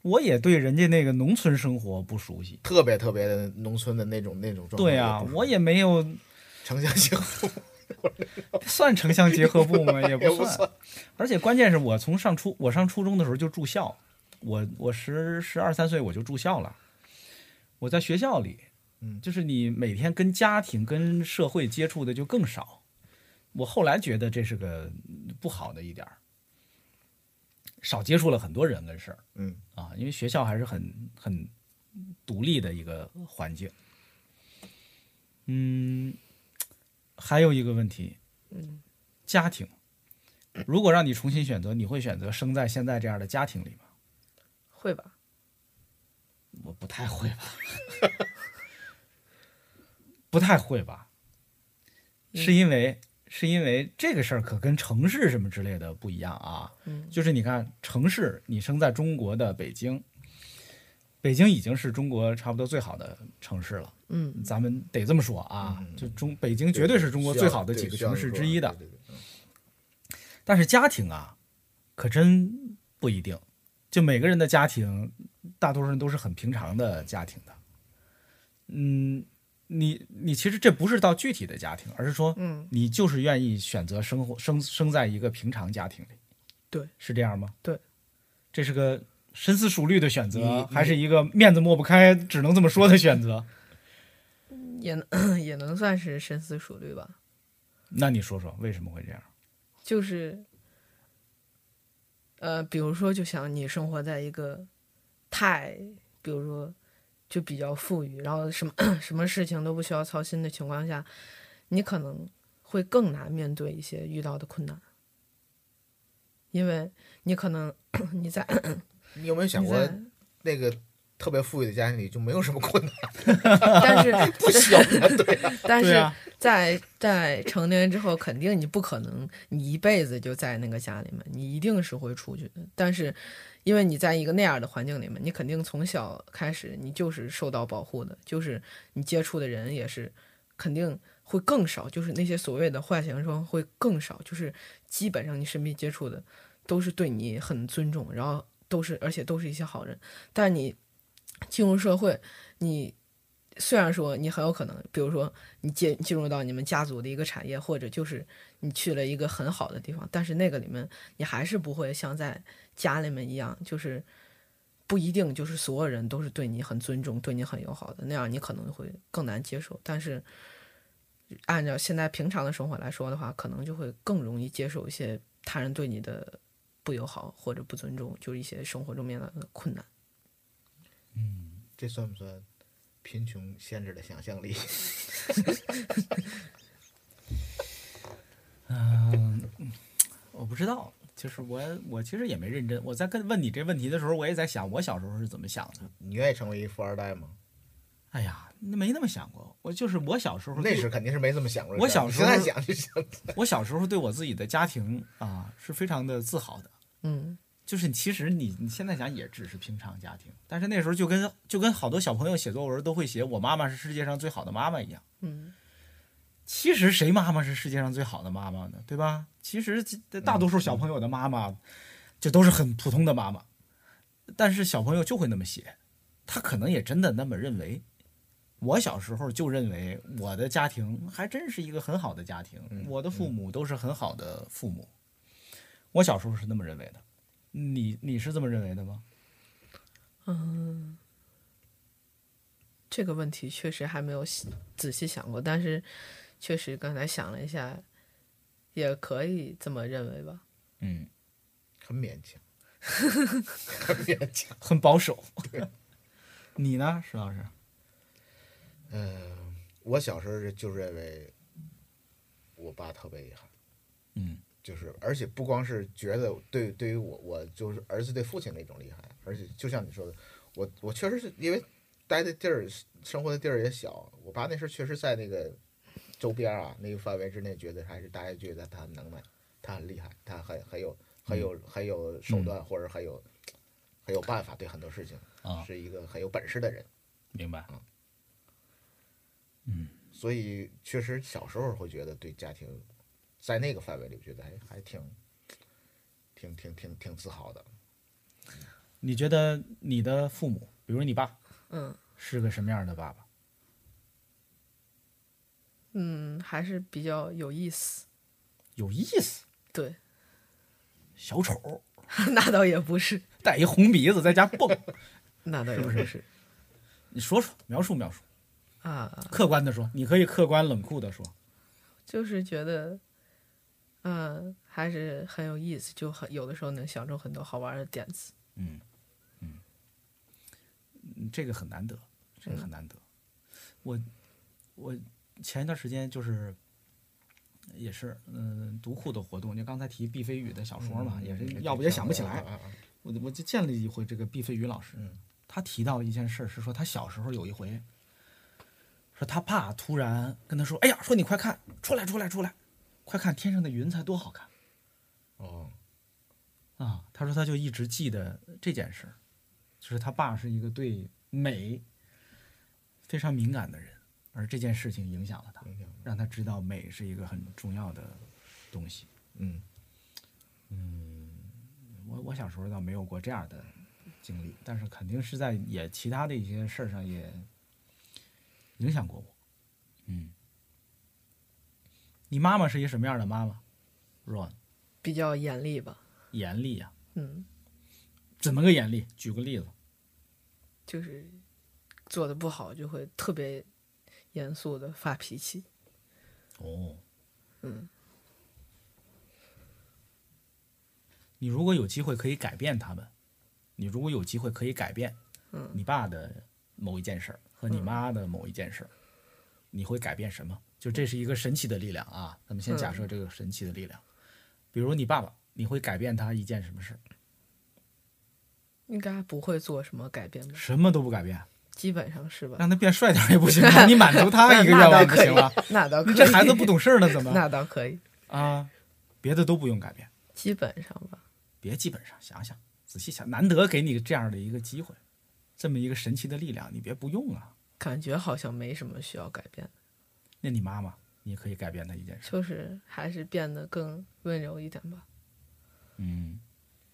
Speaker 2: 我也对人家那个农村生活不熟悉。
Speaker 5: 特别特别的农村的那种那种状态。
Speaker 2: 对啊呀、我也没有
Speaker 5: 城乡结合部
Speaker 2: *laughs* 算城乡结合部吗？也
Speaker 5: 也
Speaker 2: 不
Speaker 5: 不
Speaker 2: 算。
Speaker 5: 算。
Speaker 2: 而且关键是我从上初我上初中的时候就住校，我我十十二三岁我就住校了，我在学校里，
Speaker 5: 嗯
Speaker 2: 就是你每天跟家庭跟社会接触的就更少。我后来觉得这是个嗯不好的一点儿，少接触了很多人跟事儿
Speaker 5: 嗯，
Speaker 2: 啊，因为学校还是很很独立的一个环境。嗯，还有一个问题，
Speaker 3: 嗯，
Speaker 2: 家庭，如果让你重新选择，你会选择生在现在这样的家庭里吗？
Speaker 3: 会吧？
Speaker 2: 我不太会吧，不太会吧，是因为是因为这个事儿可跟城市什么之类的不一样啊。
Speaker 3: 嗯
Speaker 2: 就是你看城市，你生在中国的北京，北京已经是中国差不多最好的城市了。
Speaker 3: 嗯
Speaker 2: 咱们得这么说啊，
Speaker 5: 嗯
Speaker 2: 就中北京 *laughs* 绝对是中国最好的几个城市之一的。
Speaker 5: 对对嗯对
Speaker 2: 但是家庭啊，可真不一定。就每个人的家庭，大多数人都是很平常的家庭的。嗯，你你其实这不是到具体的家庭，而是说
Speaker 3: 嗯，
Speaker 2: 你就是愿意选择生活生生在一个平常家庭里。
Speaker 3: 对，
Speaker 2: 是这样吗？
Speaker 3: 对，
Speaker 2: 这是个深思熟虑的选择，
Speaker 5: 你
Speaker 2: 还是一个面子抹不开，只能这么说的选择？
Speaker 3: 也能嗯也能算是深思熟虑吧。
Speaker 2: 那你说说为什么会这样？
Speaker 3: 就是，呃，比如说，就像你生活在一个太，比如说就比较富裕，然后什么 *coughs* 什么事情都不需要操心的情况下，你可能会更难面对一些遇到的困难，因为你可能 *coughs* 你在
Speaker 5: 你有没有想
Speaker 3: 你
Speaker 5: 过
Speaker 3: 在，
Speaker 5: 那个特别富裕的家庭里就没有什么困难？ *laughs*
Speaker 3: 但是
Speaker 5: 不需要的，对，
Speaker 3: 但
Speaker 2: 对
Speaker 3: 是
Speaker 2: 啊，
Speaker 3: 在在成年之后，肯定你不可能你一辈子就在那个家里面，你一定是会出去的。但是，因为你在一个那样的环境里面，你肯定从小开始你就是受到保护的，就是你接触的人也是肯定会更少，就是那些所谓的坏学生会更少，就是基本上你身边接触的都是对你很尊重，然后都是而且都是一些好人。但你进入社会，你虽然说你很有可能，比如说你进进入到你们家族的一个产业，或者就是你去了一个很好的地方，但是那个里面你还是不会像在家里面一样，就是不一定就是所有人都是对你很尊重、对你很友好的，那样你可能会更难接受。但是按照现在平常的生活来说的话，可能就会更容易接受一些他人对你的不友好或者不尊重，就是一些生活中面的困难。
Speaker 5: 这算不算贫穷限制了想象力？ *laughs*
Speaker 2: 嗯我不知道，就是我我其实也没认真。我在跟问你这问题的时候，我也在想我小时候是怎么想的。
Speaker 5: 你愿意成为一富二代吗？
Speaker 2: 哎呀，那没那么想过。我就是我小时候
Speaker 5: 那时肯定是没这么想过这
Speaker 2: 我
Speaker 5: 事儿。
Speaker 2: 小
Speaker 5: 你
Speaker 2: 时
Speaker 5: 现在
Speaker 2: 候
Speaker 5: 想就想，
Speaker 2: 我小时候对我自己的家庭啊是非常的自豪的。
Speaker 3: 嗯，
Speaker 2: 就是其实你你现在想也只是平常家庭，但是那时候就跟就跟好多小朋友写作文都会写“我妈妈是世界上最好的妈妈”一样。
Speaker 3: 嗯，
Speaker 2: 其实谁妈妈是世界上最好的妈妈呢？对吧？其实这大多数小朋友的妈妈，就都是很普通的妈妈，但是小朋友就会那么写，他可能也真的那么认为。我小时候就认为我的家庭还真是一个很好的家庭，
Speaker 5: 嗯
Speaker 2: 我的父母都是很好的父母。我小时候是那么认为的，你你是这么认为的吗？
Speaker 3: 这个问题确实还没有细仔细想过，但是确实刚才想了一下，也可以这么认为吧。
Speaker 2: 嗯，
Speaker 5: 很勉强，很勉强。
Speaker 2: 很保守。 *laughs* 你呢，石老师？
Speaker 5: 嗯，我小时候就认为我爸特别遗憾，
Speaker 2: 嗯，
Speaker 5: 就是而且不光是觉得对对于我，我就是儿子对父亲那种厉害，而且就像你说的，我我确实是因为待的地儿生活的地儿也小，我爸那时候确实在那个周边啊那个范围之内，觉得还是大家觉得他很能耐，他很厉害，他很很有很
Speaker 2: 嗯
Speaker 5: 有很有手段，或者很有很有办法对很多事情，
Speaker 2: 啊
Speaker 5: 是一个很有本事的人。
Speaker 2: 明白。
Speaker 5: 所以确实小时候会觉得对家庭，在那个范围里觉得还还挺，挺挺挺挺自豪的。
Speaker 2: 你觉得你的父母，比如你爸，
Speaker 3: 嗯
Speaker 2: 是个什么样的爸爸？
Speaker 3: 嗯，还是比较有意思。
Speaker 2: 有意思，
Speaker 3: 对， *laughs*
Speaker 2: 小丑，
Speaker 3: 那倒也不是，
Speaker 2: 带一红鼻子在家蹦。 *laughs*
Speaker 3: 那倒也不是
Speaker 2: 你说说，描述描述，
Speaker 3: *laughs* 啊，
Speaker 2: 客观的说，你可以客观冷酷的说。
Speaker 3: 就是觉得，嗯、还是很有意思，就很有的时候能想出很多好玩的点子。
Speaker 2: 嗯嗯，嗯这个很难得，这个很难得。我我前一段时间就是也是嗯、读库的活动，就刚才提毕飞宇的小说
Speaker 5: 嗯
Speaker 2: 嘛，啊也是要不也想不起来。
Speaker 5: 啊啊
Speaker 2: 我我就见了一回这个毕飞宇老师，他提到一件事儿是说他小时候有一回，说他爸突然跟他说：“哎呀，说你快看，出来出来出来，快看天上的云彩多好看
Speaker 5: 哦，
Speaker 2: 啊！”他说他就一直记得这件事儿，就是他爸是一个对美非常敏感的人，而这件事情影响了他，
Speaker 5: 影响了
Speaker 2: 让他知道美是一个很重要的东西。嗯
Speaker 5: 嗯，
Speaker 2: 我我小时候倒没有过这样的经历，但是肯定是在也其他的一些事儿上也影响过我。嗯，你妈妈是一什么样的妈妈？Ron，
Speaker 3: 比较严厉吧，
Speaker 2: 严厉啊呀、
Speaker 3: 嗯，
Speaker 2: 怎么个严厉？举个例子。
Speaker 3: 就是做的不好就会特别严肃的发脾气。
Speaker 2: 哦，
Speaker 3: 嗯，
Speaker 2: 你如果有机会可以改变他们，你如果有机会可以改变，
Speaker 3: 嗯
Speaker 2: 你爸的某一件事儿和你妈的某一件事儿，你会改变什么？就这是一个神奇的力量啊！咱们先假
Speaker 3: 嗯
Speaker 2: 设这个神奇的力量，比如你爸爸，你会改变他一件什么事儿？
Speaker 3: 嗯应该不会做什么改变吧，
Speaker 2: 什么都不改变，
Speaker 3: 基本上是吧？
Speaker 2: 让他变帅点儿也不行
Speaker 3: *laughs*
Speaker 2: 吗？你满足他一个愿望不行吗？
Speaker 3: 那倒可
Speaker 2: 你
Speaker 3: 以，
Speaker 2: 这孩子
Speaker 3: *laughs*
Speaker 2: 不，懂事儿呢，怎么
Speaker 3: 那倒可以，
Speaker 2: 啊？别的都不用改变。
Speaker 3: 基本上吧。
Speaker 2: 别基本上想想，仔细想，难得给你这样的一个机会，这么一个神奇的力量，你别不用啊。
Speaker 3: 感觉好像没什么需要改变的，
Speaker 2: 那你妈妈，你可以改变她一件事，
Speaker 3: 就是还是变得更温柔一点吧。
Speaker 2: 嗯，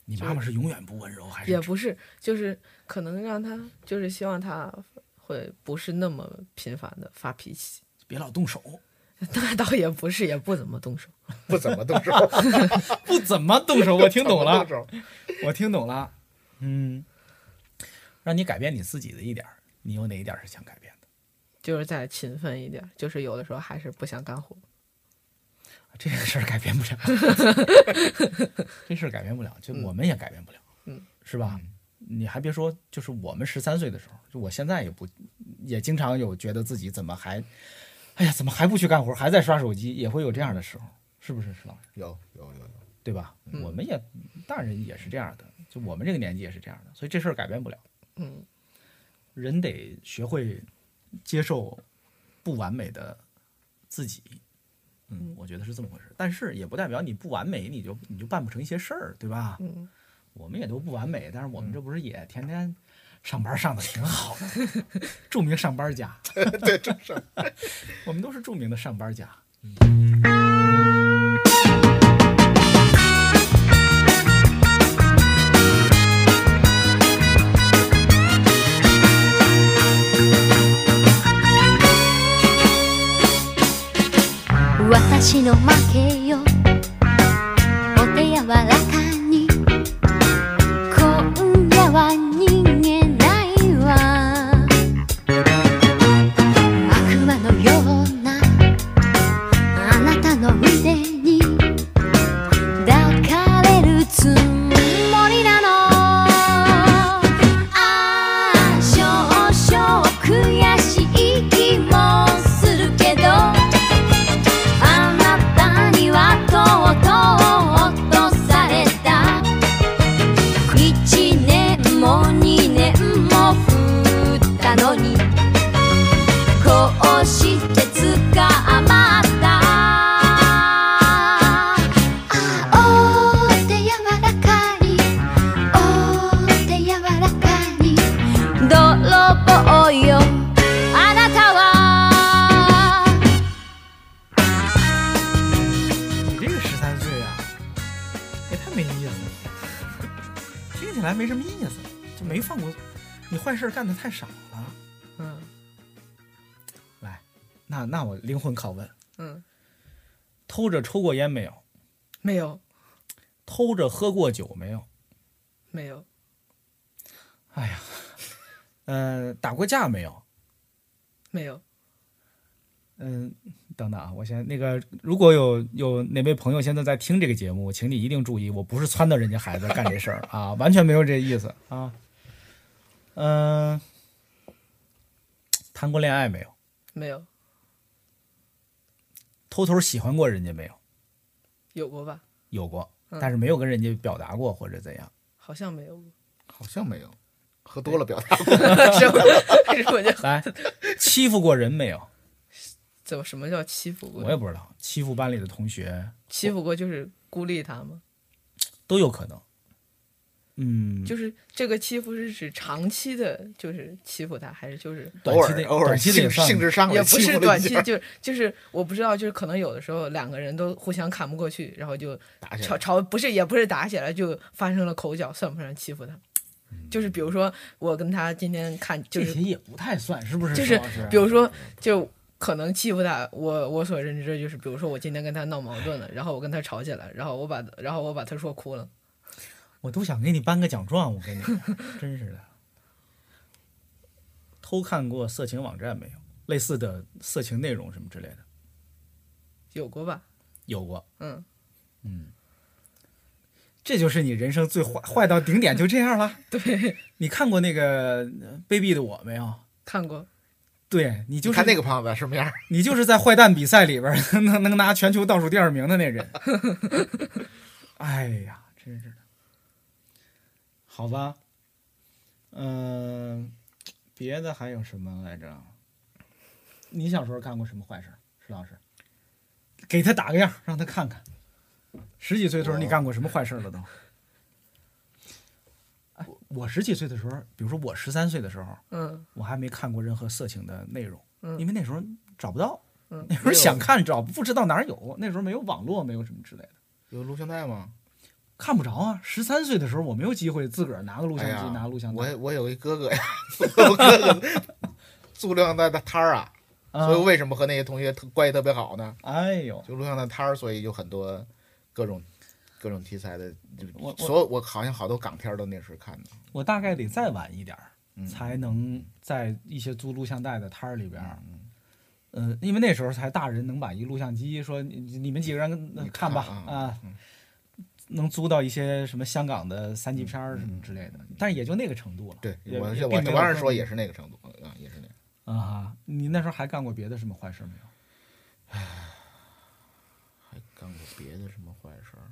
Speaker 2: 你妈妈是永远不温柔还是
Speaker 3: 也不是，就是可能让他，就是希望他会不是那么频繁的发脾气。 *laughs*
Speaker 2: 别老动手，
Speaker 3: 那倒也不是，也不怎么动手。
Speaker 5: 不怎么动手，
Speaker 2: 不怎么动手， *laughs* 我听懂了
Speaker 5: 不 *laughs* 怎么，动手
Speaker 2: 我听懂了，嗯，让你改变你自己的一点儿，你有哪一点儿是想改变的？
Speaker 3: 就是再勤奋一点，就是有的时候还是不想干活。
Speaker 2: 这个事儿改变不
Speaker 3: *laughs*
Speaker 2: 了，这事儿改变不了，就我们也改变不了，
Speaker 3: 嗯，
Speaker 2: 是吧？你还别说，就是我们十三岁的时候，就我现在也不也经常有觉得自己怎么还，哎呀，怎么还不去干活，还在刷手机，也会有这样的时候，是不是，石老师？
Speaker 5: 有有有有，
Speaker 2: 对吧？我们也大人也是这样的，就我们这个年纪也是这样的，所以这事儿改变不了。
Speaker 3: 嗯，
Speaker 2: 人得学会接受不完美的自己。嗯，我觉得是这么回事。但是也不代表你不完美，你就你就办不成一些事儿，对吧？
Speaker 3: 嗯，
Speaker 2: 我们也都不完美，但是我们这不是也天天上班上的挺好的吗，著名上班家。对，上 *laughs* 我们都是著名的上班家。
Speaker 7: 私の負けよお手柔らかに今夜は逃げないわ悪魔のようなあなたの腕に抱かれるつもりなのああ少々悔しい気もするけど「あなたにはとうとう落とされた」「1年も2年も降ったのに」「こうして捕まった」「あお手柔らかにお手柔らかに」「泥棒よあなたは」
Speaker 2: 你这个十三岁啊，也太没意思了，听起来没什么意思，就没犯过，你坏事干的太少了。
Speaker 3: 嗯
Speaker 2: 来，那那我灵魂拷问：
Speaker 3: 嗯，
Speaker 2: 偷着抽过烟没有？
Speaker 3: 没有
Speaker 2: 偷着喝过酒没有？
Speaker 3: 没有
Speaker 2: 哎呃，打过架没有？
Speaker 3: 没有，
Speaker 2: 嗯，等等啊，我先那个，如果有有哪位朋友现在在听这个节目，请你一定注意，我不是撺掇人家孩子干这事儿啊， *laughs* 完全没有这意思啊。嗯、谈过恋爱没有？
Speaker 3: 没有，
Speaker 2: 偷偷喜欢过人家没有？
Speaker 3: 有过吧？
Speaker 2: 有过，
Speaker 3: 嗯
Speaker 2: 但是没有跟人家表达过或者怎
Speaker 3: *laughs*
Speaker 2: 样。
Speaker 3: 好像没有过。 *laughs*
Speaker 5: 好像没有，喝多了表达过，
Speaker 3: 什么？是我就
Speaker 2: 来，欺负过人没有？
Speaker 3: 怎么什么叫欺负
Speaker 2: 我也
Speaker 3: 过？
Speaker 2: 不知道，欺负班里的同学
Speaker 3: 欺负过就是孤立他吗？
Speaker 2: 都有可能。嗯，
Speaker 3: 就是这个欺负是指长期的，就是欺负他，还是就是
Speaker 2: *laughs* 短
Speaker 5: 偶
Speaker 2: 期
Speaker 5: 尔
Speaker 2: 的
Speaker 5: 偶尔
Speaker 2: 短期的
Speaker 5: 性
Speaker 2: 也算
Speaker 5: 性质上
Speaker 3: 也
Speaker 5: 来
Speaker 3: 不
Speaker 5: 欺
Speaker 3: 是
Speaker 5: 负了
Speaker 3: 短
Speaker 5: 一
Speaker 3: 期
Speaker 5: 下，，
Speaker 3: 就是就是我不知道，就是可能有的时候两个人都互相砍不过去，然后就
Speaker 5: 打起来
Speaker 3: 吵吵不是也不是打起来，就发生了口角，算不上欺负他。就是比如说我跟他今天看，就
Speaker 2: 这 *laughs*
Speaker 3: 是
Speaker 2: 些也不太算，是不啊是？
Speaker 3: 就是
Speaker 2: 邵老师
Speaker 3: 比如说就。可能欺负他，我我所认知的就是，比如说我今天跟他闹矛盾了，然后我跟他吵起来，然后我把然后我把他说哭了，
Speaker 2: 我都想给你颁个奖状，我
Speaker 3: *laughs*
Speaker 2: 跟你，真是的。偷看过色情网站没有？类似的色情内容什么之类的，
Speaker 3: 有过吧？
Speaker 2: 有过。
Speaker 3: 嗯，
Speaker 2: 这就是你人生最坏坏到顶点，就这样了。
Speaker 3: *laughs*
Speaker 2: 对，你看过那个呃卑鄙的我没有？
Speaker 3: 看过，
Speaker 2: 对你就是
Speaker 5: 看那个胖子什么样儿， *laughs*
Speaker 2: 你就是在坏蛋比赛里边儿能能拿全球倒数第二名的那
Speaker 5: *laughs*
Speaker 2: 人。哎呀，真是的。好吧，嗯、别的还有什么来着？你小时候干过什么坏事儿，石老师？给他打个样，让他看看。十几岁的时候，你干过什么坏事儿了都？哎我十几岁的时候，比如说我十三岁的时候，
Speaker 3: 嗯
Speaker 2: 我还没看过任何色情的内容，
Speaker 3: 嗯
Speaker 2: 因为那时候找不到，
Speaker 3: 嗯
Speaker 2: 那时候想看找不知道哪儿有，那时候没有网络，没有什么之类的。
Speaker 5: 有录像带吗？
Speaker 2: 看不着啊。十三岁的时候，我没有机会自个儿拿个录像
Speaker 5: 哎
Speaker 2: 机，
Speaker 5: 呀，
Speaker 2: 拿个录像带。
Speaker 5: 我我有一哥哥呀，我哥哥 *laughs* 做录像带的摊儿啊，
Speaker 2: 啊
Speaker 5: 所以为什么和那些同学特关系特别好呢？
Speaker 2: 哎呦，
Speaker 5: 就录像带摊儿，所以有很多各种各种题材的，就
Speaker 2: 我我
Speaker 5: 所有我好像好多港片儿都那时候看的。
Speaker 2: 我大概得再晚一点儿，
Speaker 5: 嗯
Speaker 2: 才能在一些租录像带的摊儿里边儿。
Speaker 5: 嗯
Speaker 2: 呃，因为那时候才大人能把一录像机说你你们几个人呃
Speaker 5: 你
Speaker 2: 看吧
Speaker 5: 看啊嗯
Speaker 2: 啊，能租到一些什么香港的三级片儿什么之类的，但是也就那个程度了。
Speaker 5: 嗯对，
Speaker 2: 也
Speaker 5: 我
Speaker 2: 也
Speaker 5: 我
Speaker 2: 并没有
Speaker 5: 当然说
Speaker 2: 你
Speaker 5: 也是那个程度啊，也是那样。
Speaker 2: 啊哈，你那时候还干过别的什么坏事没有？
Speaker 5: 还干过别的什么坏事儿？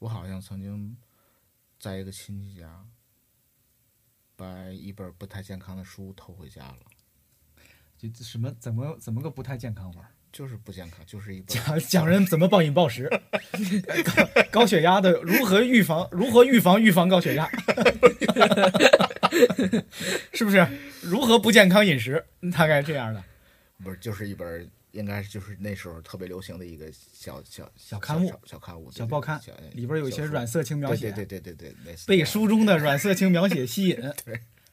Speaker 5: 我好像曾经在一个亲戚家，把一本不太健康的书偷回家了，
Speaker 2: 就就什么怎么怎么个不太健康法儿？
Speaker 5: 就是不健康，就是一本 *laughs*
Speaker 2: 讲 *laughs* 讲人怎么暴饮暴食， *laughs* 高高血压的如何预防？如何预防预防高血压？ *laughs* 是不是？如何不健康饮食？大概这样的
Speaker 5: 不是就是一本，应该是就是那时候特别流行的一个小小
Speaker 2: 小刊物
Speaker 5: 小小刊物、对
Speaker 2: 小
Speaker 5: 对
Speaker 2: 报刊
Speaker 5: 小，
Speaker 2: 里边有一些
Speaker 5: 小
Speaker 2: 软色情描
Speaker 5: 对
Speaker 2: 写，
Speaker 5: 对对对对对，类似
Speaker 2: 被
Speaker 5: 那样
Speaker 2: 书啊中的软色情描写吸
Speaker 5: *laughs*
Speaker 2: 引，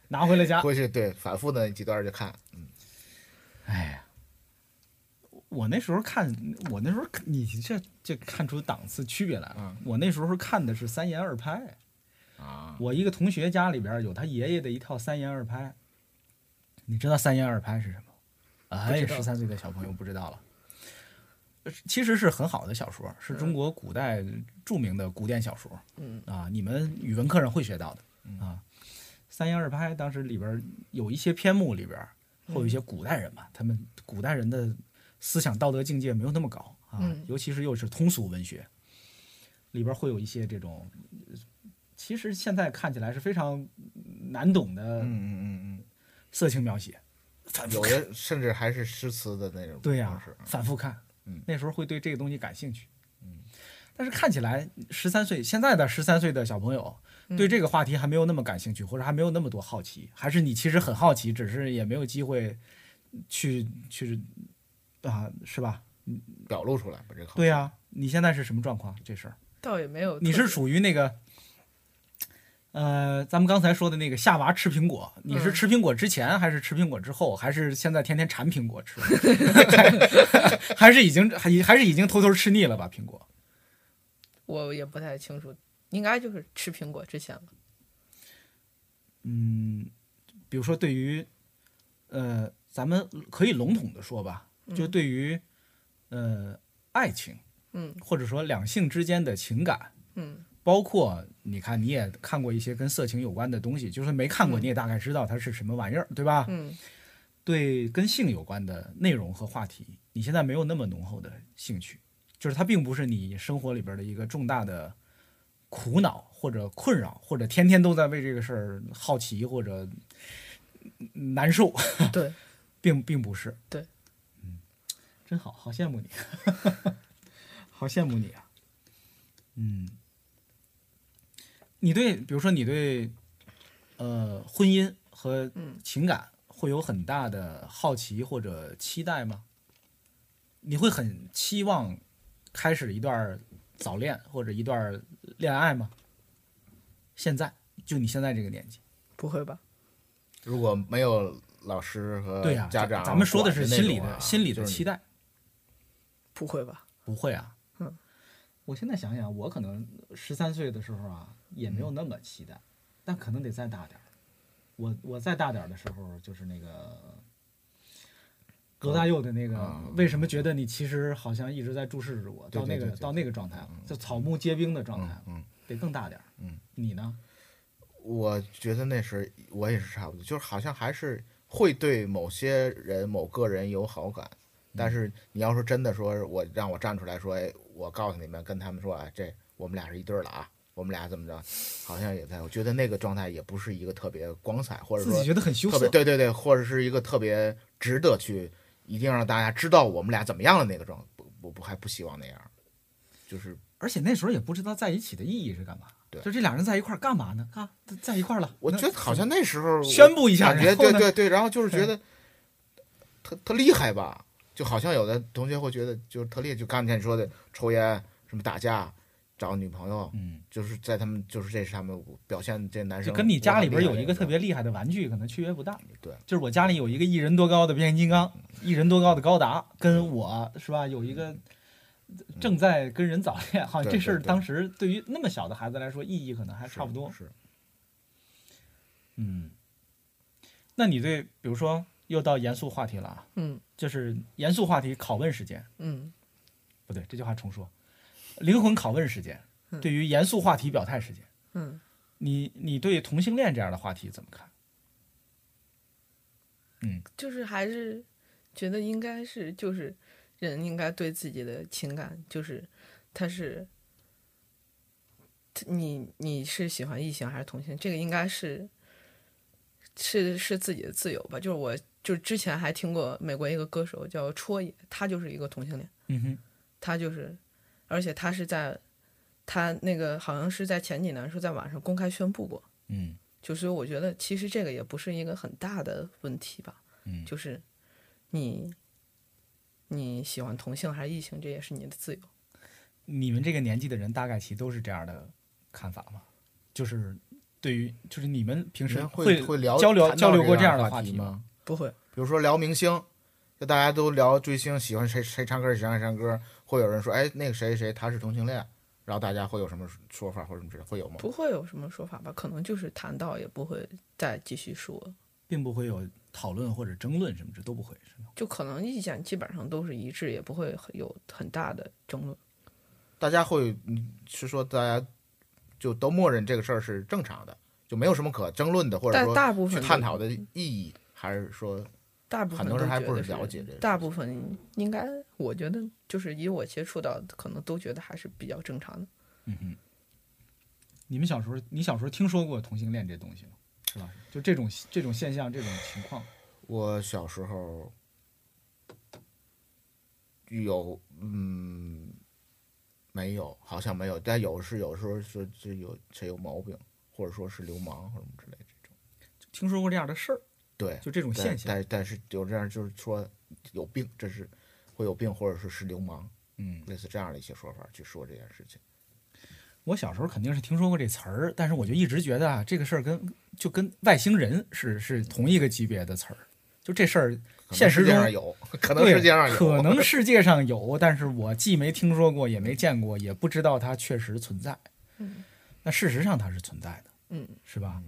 Speaker 2: 拿回了家。
Speaker 5: 回去对反复的几段就
Speaker 2: *laughs*
Speaker 5: 看，嗯，
Speaker 2: 哎呀，我那时候看，我那时候你这这看出档次区别来了。
Speaker 5: 嗯
Speaker 2: 我那时候看的是三言二拍。
Speaker 5: 啊，
Speaker 2: 我一个同学家里边有他爷爷的一套三言二拍，你知道三言二拍是什么？哎，十三岁的小朋友不知道了。嗯呃其实是很好的小说，是中国古代著名的古典小说。
Speaker 3: 嗯
Speaker 2: 啊，你们语文课上会学到的啊。三言二拍当时里边有一些篇目里边会有一些古代人嘛，他们古代人的思想道德境界没有那么高啊，
Speaker 3: 嗯
Speaker 2: 尤其是又是通俗文学，里边会有一些这种，呃其实现在看起来是非常难懂的
Speaker 5: 嗯嗯嗯嗯。
Speaker 2: 色情描写，反复
Speaker 5: 有
Speaker 2: 看，
Speaker 5: 的甚至还是诗词的那种
Speaker 2: 对呀、
Speaker 5: 方式啊
Speaker 2: 反复看，
Speaker 5: 嗯
Speaker 2: 那时候会对这个东西感兴趣，但是看起来十三岁现在的十三岁的小朋友。对这个话题还没有那么感兴趣，或者还没有那么多好奇，还是你其实很好奇，只是也没有机会去去啊，是吧？
Speaker 5: 表露出来吧，这个
Speaker 2: 对呀、你现在是什么状况？这事儿
Speaker 3: 倒也没有特别。
Speaker 2: 你是属于那个，呃，咱们刚才说的那个夏娃吃苹果，你是
Speaker 3: 嗯
Speaker 2: 吃苹果之前，还是吃苹果之后，还是现在天天馋苹果吃，
Speaker 3: *laughs*
Speaker 2: 还还是已经还还是已经偷偷吃腻了吧苹果？
Speaker 3: 我也不太清楚，应该就是吃苹果之前吧。
Speaker 2: 嗯，比如说对于，呃，咱们可以笼统的说吧，就对于，呃，爱情，
Speaker 3: 嗯
Speaker 2: 或者说两性之间的情感，
Speaker 3: 嗯
Speaker 2: 包括你看，你也看过一些跟色情有关的东西，就是没看过你也大概知道它是什么玩意儿，对吧？
Speaker 3: *laughs* 嗯
Speaker 2: 对，跟性有关的内容和话题，你现在没有那么浓厚的兴趣，就是它并不是你生活里边的一个重大的苦恼或者困扰，或者天天都在为这个事儿好奇或者嗯难受，
Speaker 3: 对，
Speaker 2: 并并不是。
Speaker 3: 对，
Speaker 2: 嗯，真好，好羡慕你， *laughs* 好羡慕你啊。嗯，你对，比如说你对，呃，婚姻和情感会有很大的好奇或者期待吗？你会很期望开始一段早恋或者一段恋爱吗？现在就你现在这个年纪，
Speaker 3: *laughs* 不会吧？
Speaker 5: 如果没有老师和
Speaker 2: 对呀、
Speaker 5: 家
Speaker 2: 咱
Speaker 5: 长管那种啊、啊
Speaker 2: 咱们说的是心理的、心理
Speaker 5: 就
Speaker 2: 的
Speaker 5: 是你
Speaker 2: 期待。
Speaker 3: 不会吧？
Speaker 2: 不会啊，
Speaker 3: 嗯，
Speaker 2: 我现在想想，我可能十三岁的时候啊，也没有那么期待，但可能得再大点儿。我我再大点儿的时候，就是那个罗大佑的那个、为什么觉得你其实好像一直在注视着我？
Speaker 5: 啊对
Speaker 2: 到那
Speaker 5: 对
Speaker 2: 个
Speaker 5: 对对
Speaker 2: 到那个状态了，就草木皆兵的状态了，
Speaker 5: 嗯嗯
Speaker 2: 得更大点儿。
Speaker 5: 嗯，
Speaker 2: 你呢？
Speaker 5: 我觉得那时我也是差不多，就是好像还是会对某些人、某个人有好感，但
Speaker 2: 嗯
Speaker 5: 是你要说真的说，我让我站出来说，哎，我告诉你们，跟他们说，哎，这我们俩是一对儿了啊，我们俩怎么着，好像也在，我觉得那个状态也不是一个特别光彩，或者
Speaker 2: 自
Speaker 5: 说
Speaker 2: 己觉得很羞
Speaker 5: 特别
Speaker 2: 涩。
Speaker 5: 对对对，或者是一个特别值得去，一定让大家知道我们俩怎么样的那个状，不不不还不希望那样，就是
Speaker 2: 而且那时候也不知道在一起的意义是干嘛。
Speaker 5: 对
Speaker 2: 就这俩人在一块儿干嘛呢？啊，在一块儿了。
Speaker 5: 我
Speaker 2: 那
Speaker 5: 觉得好像那时候我
Speaker 2: 宣布一下
Speaker 5: 感觉
Speaker 2: 然后
Speaker 5: 对
Speaker 2: 呢
Speaker 5: 对对，然后就是觉得特特厉害吧，就好像有的同学会觉得，就是特例，就刚才你说的抽烟、什么打架、找女朋友，
Speaker 2: 嗯，
Speaker 5: 就是在他们就是这是他们表现这男
Speaker 2: 就
Speaker 5: 生
Speaker 2: 跟你家里边有一个
Speaker 5: 我很厉
Speaker 2: 特
Speaker 5: 害
Speaker 2: 别厉害的玩具，可能区别不大。
Speaker 5: 对，
Speaker 2: 就是我家里有一个一人多高的变形金刚，一人多高的高达，跟我是吧有一个正在跟人早恋，好像
Speaker 5: 嗯对
Speaker 2: 这事儿
Speaker 5: 对对
Speaker 2: 当时对于那么小的孩子来说意义可能还
Speaker 5: 的
Speaker 2: 差不多。
Speaker 5: 是是
Speaker 2: 嗯，那你对，比如说又到严肃话题了啊，
Speaker 3: 嗯
Speaker 2: 就是严肃话题拷问时间，
Speaker 3: 嗯，
Speaker 2: 不对，这句话重说，灵魂拷问时间，
Speaker 3: 嗯
Speaker 2: 对于严肃话题表态时间，
Speaker 3: 嗯，
Speaker 2: 你你对同性恋这样的话题怎么看？
Speaker 3: 就是还是觉得应该是就是人应该对自己的情感，就是他是他你你是喜欢异性还是同性，这个应该是是是自己的自由吧。就是我就是之前还听过美国一个歌手叫戳爷，他就是一个同性恋。
Speaker 2: 嗯哼，
Speaker 3: 他就是，而且他是在他那个好像是在前几年是在网上公开宣布过，
Speaker 2: 嗯
Speaker 3: 就是我觉得其实这个也不是一个很大的问题吧，
Speaker 2: 嗯
Speaker 3: 就是你你喜欢同性还是异性，这也是你的自由。
Speaker 2: 你们这个年纪的人大概其都是这样的看法吗？就是对于就是你们平
Speaker 5: 你
Speaker 2: 时
Speaker 5: 们会会聊
Speaker 2: 交流
Speaker 5: 谈到
Speaker 2: 交流过
Speaker 5: 这
Speaker 2: 这样的
Speaker 5: 话
Speaker 2: 题？
Speaker 5: 吗？
Speaker 3: 不
Speaker 2: 哦
Speaker 3: 会，
Speaker 5: 比如说聊明星，就大家都聊追星，喜欢谁谁唱歌，谁唱谁唱歌，会有人说，哎，那个谁谁他是同性恋，然后大家会有什么说法或者什么之类，会有吗？
Speaker 3: 不会有什么说法吧？可能就是谈到也不会再继续说，
Speaker 2: 并不会有讨论或者争论什么，这都不会。是吗
Speaker 3: 就可能意见基本上都是一致，也不会很有很大的争论。
Speaker 5: 大家会，嗯是说大家就都默认这个事儿是正常的，就没有什么可争论的，或者
Speaker 3: 但
Speaker 5: 说
Speaker 3: 大部分
Speaker 5: 去
Speaker 3: 都
Speaker 5: 探讨的意义，还是说
Speaker 3: 大部分
Speaker 5: 很多人
Speaker 3: 都
Speaker 5: 还
Speaker 3: 觉
Speaker 5: 不
Speaker 3: 得
Speaker 5: 是了解这个
Speaker 3: 大部分应该，我觉得就是以我接触到的，可能都觉得还是比较正常的。
Speaker 2: 你们小时候，你小时候听说过同性恋这东西吗？是吧？就这种这种现象，这种情况，
Speaker 5: 我小时候有，嗯，没有，好像没有，但有是有时候是就有谁有毛病，或者说是流氓或者什么之类的这种，
Speaker 2: 听说过这样的事儿，
Speaker 5: 对，
Speaker 2: 就这种现
Speaker 5: 但
Speaker 2: 象。
Speaker 5: 但但是有这样就是说有病，这是会有病，或者是是流氓，
Speaker 2: 嗯，
Speaker 5: 类似这样的一些说法去说这件事情。
Speaker 2: 我小时候肯定是听说过这词儿，但是我就一直觉得啊，这个事儿跟就跟外星人是是同一个级别的词儿，就这事儿
Speaker 5: 可能
Speaker 2: 现
Speaker 5: 世
Speaker 2: 实
Speaker 5: 界
Speaker 2: 中
Speaker 5: 上有，可能
Speaker 2: 对，
Speaker 5: 世界上有，*laughs*
Speaker 2: 可能世界上有，但是我既没听说过，也没见过，也不知道它确实存在。
Speaker 3: 嗯，
Speaker 2: 那事实上它是存在的，
Speaker 3: 嗯，
Speaker 2: 是吧？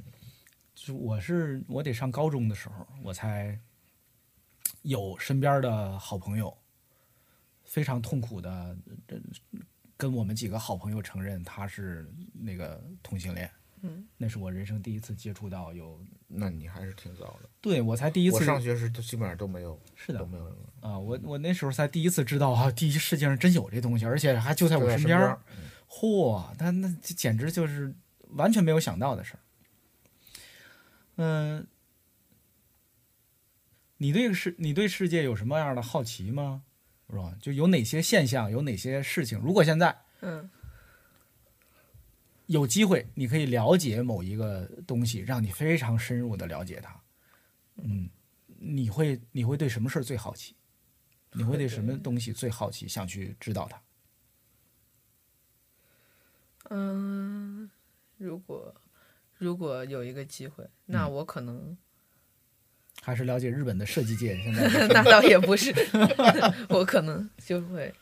Speaker 2: 就我是我得上高中的时候，我才有身边的好朋友，非常痛苦的跟我们几个好朋友承认他是那个同性恋。
Speaker 3: 嗯，
Speaker 2: 那是我人生第一次接触到有，
Speaker 5: 那你还是挺早的。
Speaker 2: 对我才第一
Speaker 5: 我
Speaker 2: 次
Speaker 5: 上学时都基本上都没有，
Speaker 2: 是的
Speaker 5: 都没有人
Speaker 2: 啊，我我那时候才第一次知道啊，第一世界上真有这东西，而且还就在
Speaker 5: 就
Speaker 2: 我
Speaker 5: 在
Speaker 2: 身
Speaker 5: 身
Speaker 2: 边
Speaker 5: 边
Speaker 2: 儿。嚯，那那这简直就是完全没有想到的事儿。嗯、你对世你对世界有什么样的好奇吗？是吧？就有哪些现象，有哪些事情？如果现在
Speaker 3: 嗯，
Speaker 2: 有机会，你可以了解某一个东西，让你非常深入的了解它。嗯，你会你会对什么事儿最好奇？你会对什么东西最好奇，想去知道它？
Speaker 3: 嗯，如果如果有一个机会，那
Speaker 5: 嗯
Speaker 3: 我可能、
Speaker 2: 还是了解日本的设计界现在的
Speaker 3: *laughs* 那倒也不是，我可能就会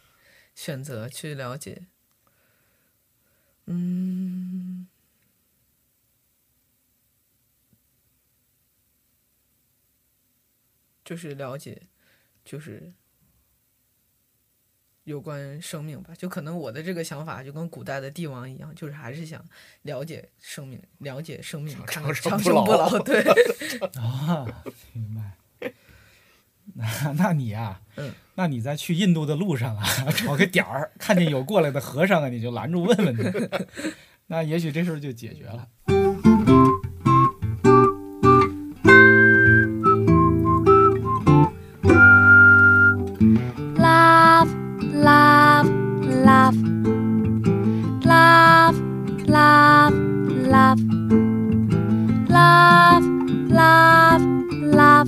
Speaker 3: 选择去了解。嗯，就是了解，就是有关生命吧。就可能我的这个想法就跟古代的帝王一样，就是还是想了解生命，了解生命，看
Speaker 5: 长生
Speaker 3: 长
Speaker 5: 不
Speaker 3: 生不
Speaker 5: 老
Speaker 3: 老。 *laughs*
Speaker 5: *laughs*
Speaker 3: 对，
Speaker 2: 啊， *laughs* 明白。那那你呀、
Speaker 3: 嗯
Speaker 2: 那你在去印度的路上啊， *laughs* 找个点 *laughs* 儿，看见有过来的和尚啊，你就拦住问问他，那也许这事儿就解决了。
Speaker 7: Love, love, love. Love, love, love. Love, love, love.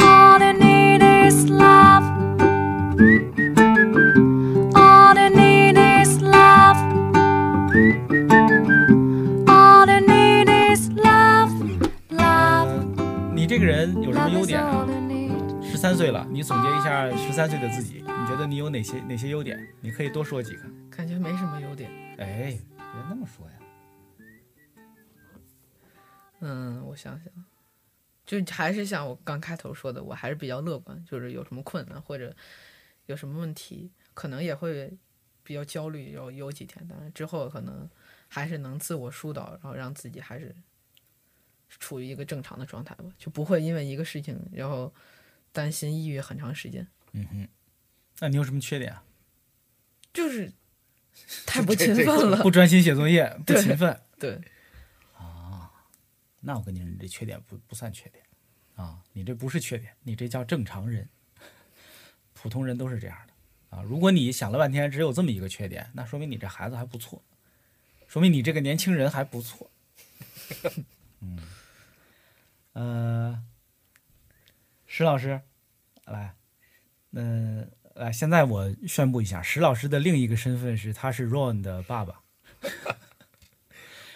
Speaker 9: All you need is love. All you need is love. All you need is love. Love.
Speaker 2: 你这个人有什么
Speaker 9: Love
Speaker 2: 优
Speaker 9: is
Speaker 2: 点啊？
Speaker 9: all you need.
Speaker 2: 十三岁了，你总结一下十三岁的自己，你觉得你有哪些哪些优点？你可以多说几个。
Speaker 3: 感觉没什么优点。
Speaker 2: 哎，别那么说呀。
Speaker 3: 嗯，我想想，就还是像我刚开头说的，我还是比较乐观，就是有什么困难或者有什么问题，可能也会比较焦虑，有有几天，但是之后可能还是能自我疏导，然后让自己还是处于一个正常的状态吧，就不会因为一个事情然后担心抑郁很长时间，
Speaker 2: 那你有什么缺点啊？
Speaker 3: 就是太不勤奋了
Speaker 2: 不，专心写作业，不
Speaker 3: 对
Speaker 2: 勤奋。
Speaker 3: 对，
Speaker 2: 那我跟你说，你这缺点不不算缺点啊，你这不是缺点，你这叫正常人， *laughs* 普通人都是这样的啊。如果你想了半天只有这么一个缺点，那说明你这孩子还不错，说明你这个年轻人还不错。 *laughs* 嗯，呃，石老师，来，嗯、来，现在我宣布一下，石老师的另一个身份是他是 Ron 的爸爸。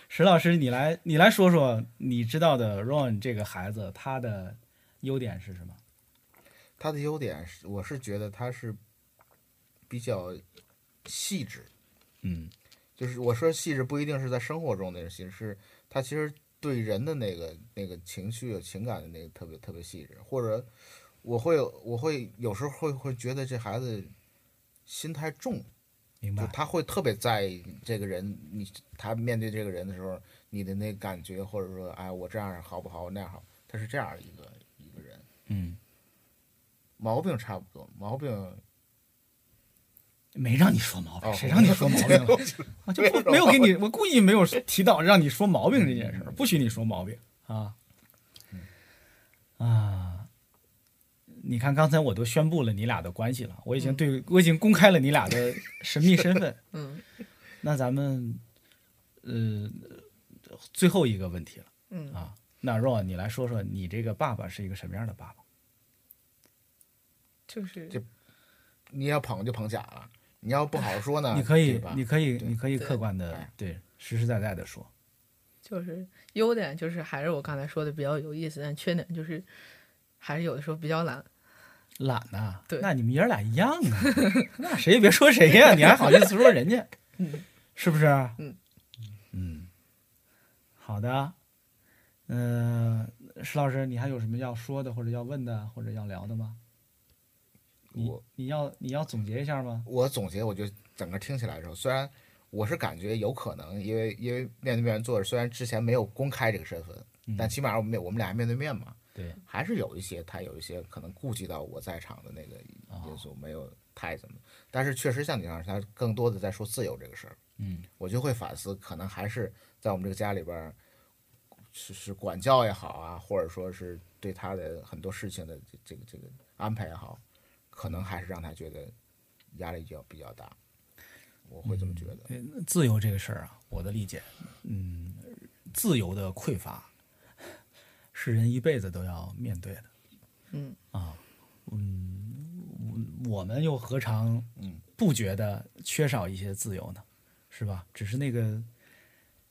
Speaker 2: 石老师，你来，你来说说你知道的 Ron 这个孩子他的优点是什么？
Speaker 5: 他的优点是，我是觉得他是比较细致，
Speaker 2: 嗯
Speaker 5: 就是我说细致不一定是在生活中那种细致，是他其实对人的那个那个情绪、啊情感的那个特别特别细致，或者我会我会有时候会会觉得这孩子心太重，
Speaker 2: 明
Speaker 5: 就
Speaker 2: 白。
Speaker 5: 他会特别在意这个人，你他面对这个人的时候，你的那感觉，或者说，哎，我这样好不好，那样好，他是这样一个一个人，
Speaker 2: 嗯，
Speaker 5: 毛病差不多，毛病
Speaker 2: 没让你说毛病，
Speaker 5: 哦
Speaker 2: 谁让你说毛病了？我 *laughs* 就不没有给你，我故意没有提到让你说毛病这件事儿，不许你说毛病啊啊！你看，刚才我都宣布了你俩的关系了，我已经对、我已经公开了你俩的神秘身份。 *laughs*
Speaker 3: 嗯
Speaker 2: 那咱们呃最后一个问题了。
Speaker 3: 嗯
Speaker 2: 啊，那 Ron，你来说说你这个爸爸是一个什么样的爸爸？
Speaker 3: 就是
Speaker 5: 这你要捧就捧假了，你要不好说呢，
Speaker 2: 你可
Speaker 5: 对
Speaker 2: 以
Speaker 5: 吧，
Speaker 2: 你可以，
Speaker 5: 对
Speaker 2: 你可以
Speaker 3: 对
Speaker 2: 客观的
Speaker 5: 哎，
Speaker 2: 对，实实在在的说。
Speaker 3: 就是优点就是还是我刚才说的比较有意思，但缺点就是还是有的时候比较懒。
Speaker 2: 懒呐、
Speaker 3: 对
Speaker 2: 那你们爷儿俩一样 *laughs* 啊，那谁也别说谁呀、你还好意思说人 *laughs* 家，是不是？
Speaker 3: 嗯
Speaker 2: 嗯好的，嗯、石老师，你还有什么要说的，或者要问的，或者要聊的吗？你
Speaker 5: 我
Speaker 2: 你要你要总结一下吗？
Speaker 5: 我总结，我就整个听起来的时候，虽然我是感觉有可能，因为因为面对面坐着，虽然之前没有公开这个身份，但起码我们有我们俩面对面嘛，
Speaker 2: 嗯对，
Speaker 5: 还是有一些他有一些可能顾及到我在场的那个
Speaker 2: 哦
Speaker 5: 因素，没有太怎么。但是确实像你这样，他更多的在说自由这个事儿，
Speaker 2: 嗯，
Speaker 5: 我就会反思，可能还是在我们这个家里边儿，是是管教也好啊，或者说是对他的很多事情的这这个这个安排也好，可能还是让他觉得压力比较比较大，我会这么觉得。
Speaker 2: 自由这个事儿啊，我的理解，嗯，自由的匮乏是人一辈子都要面对的。
Speaker 3: 嗯
Speaker 2: 啊，嗯，我我们又何尝不觉得缺少一些自由呢？是吧？只是那个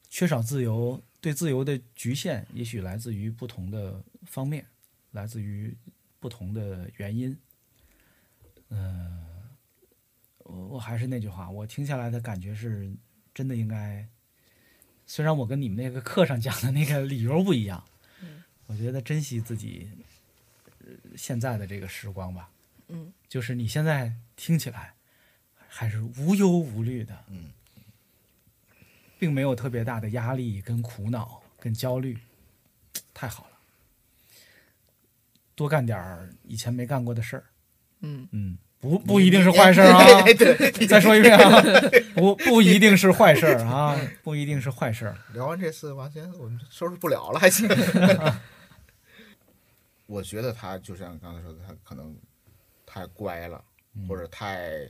Speaker 2: 缺少自由，对自由的局限，也许来自于不同的方面，来自于不同的原因。呃，我我还是那句话，我听下来的感觉是，真的应该，虽然我跟你们那个课上讲的那个理由不一样，我觉得珍惜自己、呃现在的这个时光吧。
Speaker 3: 嗯，
Speaker 2: 就是你现在听起来还是无忧无虑的，嗯，并没有特别大的压力跟苦恼跟焦虑，太好了，多干点儿以前没干过的事儿。
Speaker 3: 嗯
Speaker 2: 嗯，不不一定是坏事儿
Speaker 5: *laughs*
Speaker 2: 啊。再说一遍啊，不不一定是坏事儿啊，不一定是坏事儿。
Speaker 5: 聊完这次，完全我们收拾不了了，还行。我觉得他就像刚才说的，他可能太乖了，或者太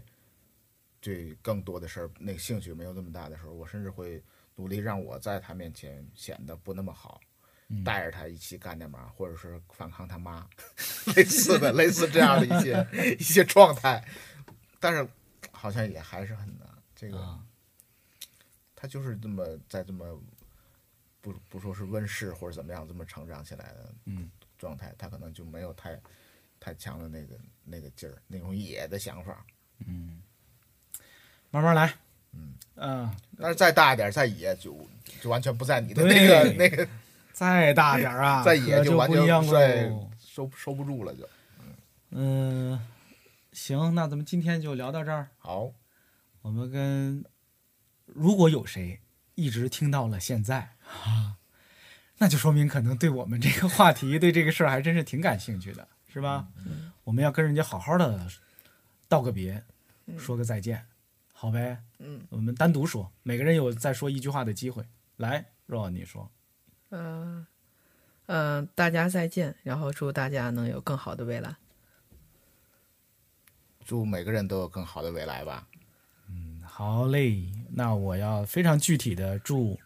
Speaker 5: 对更多的事儿那个兴趣没有那么大的时候，我甚至会努力让我在他面前显得不那么好，带着他一起干点嘛，或者是反抗他妈， *laughs* 类似的，类似这样的一些一些状态。但是好像也还是很难，这个。
Speaker 2: 啊
Speaker 5: 他就是这么在这么不不说是温室或者怎么样这么成长起来的
Speaker 2: 嗯
Speaker 5: 状态，他可能就没有太太强的那个那个劲儿，那种野的想法。
Speaker 2: 慢慢来。
Speaker 5: 嗯
Speaker 2: 嗯，
Speaker 5: 但是再大一点，再野就就完全不在你的那
Speaker 2: 对
Speaker 5: 个那个
Speaker 2: 再大点儿啊，
Speaker 5: 再野
Speaker 2: 可
Speaker 5: 就完
Speaker 2: 不一
Speaker 5: 全
Speaker 2: 样
Speaker 5: 不在
Speaker 2: 喽。
Speaker 5: 收收不住了就。
Speaker 2: 嗯，行，那咱们今天就聊到这儿。
Speaker 5: 好，
Speaker 2: 我们跟如果有谁一直听到了现在 *laughs* 啊，那就说明可能对我们这个话题、对这个事儿还真是挺感兴趣的，是吧？我们要跟人家好好的道个别，说个再见，好呗？
Speaker 3: 嗯，
Speaker 2: 我们单独说，每个人有再说一句话的机会。来，若你说，
Speaker 3: 嗯、呃、嗯、大家再见，然后祝大家能有更好的未来。
Speaker 5: 祝每个人都有更好的未来吧。
Speaker 2: 好嘞，那我要非常具体的祝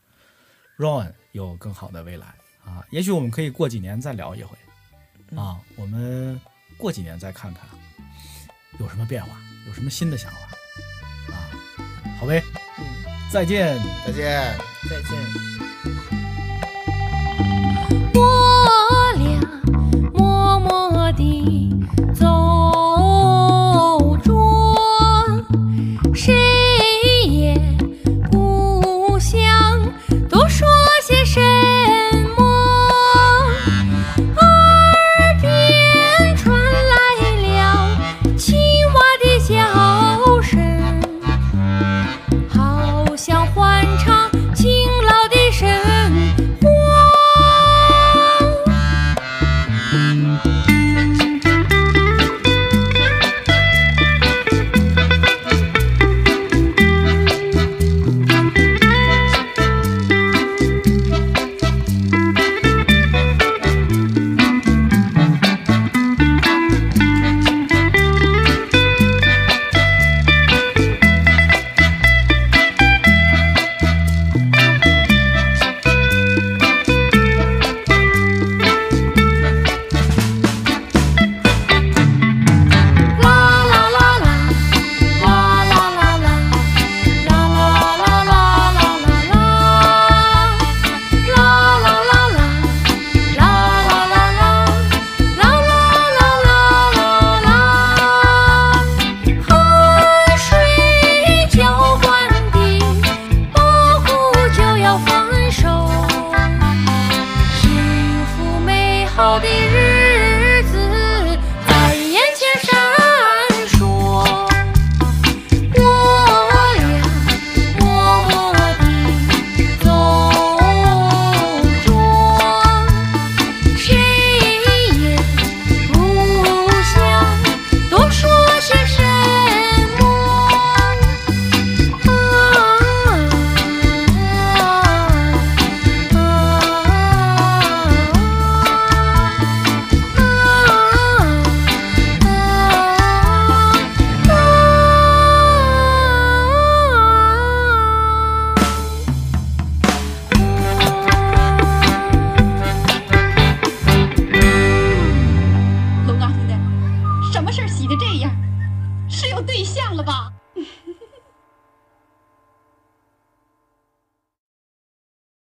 Speaker 2: Ron 有更好的未来啊！也许我们可以过几年再聊一回啊，我们过几年再看看有什么变化，有什么新的想法啊？好呗，
Speaker 3: 嗯，
Speaker 2: 再见。
Speaker 5: 再见。
Speaker 3: 再见。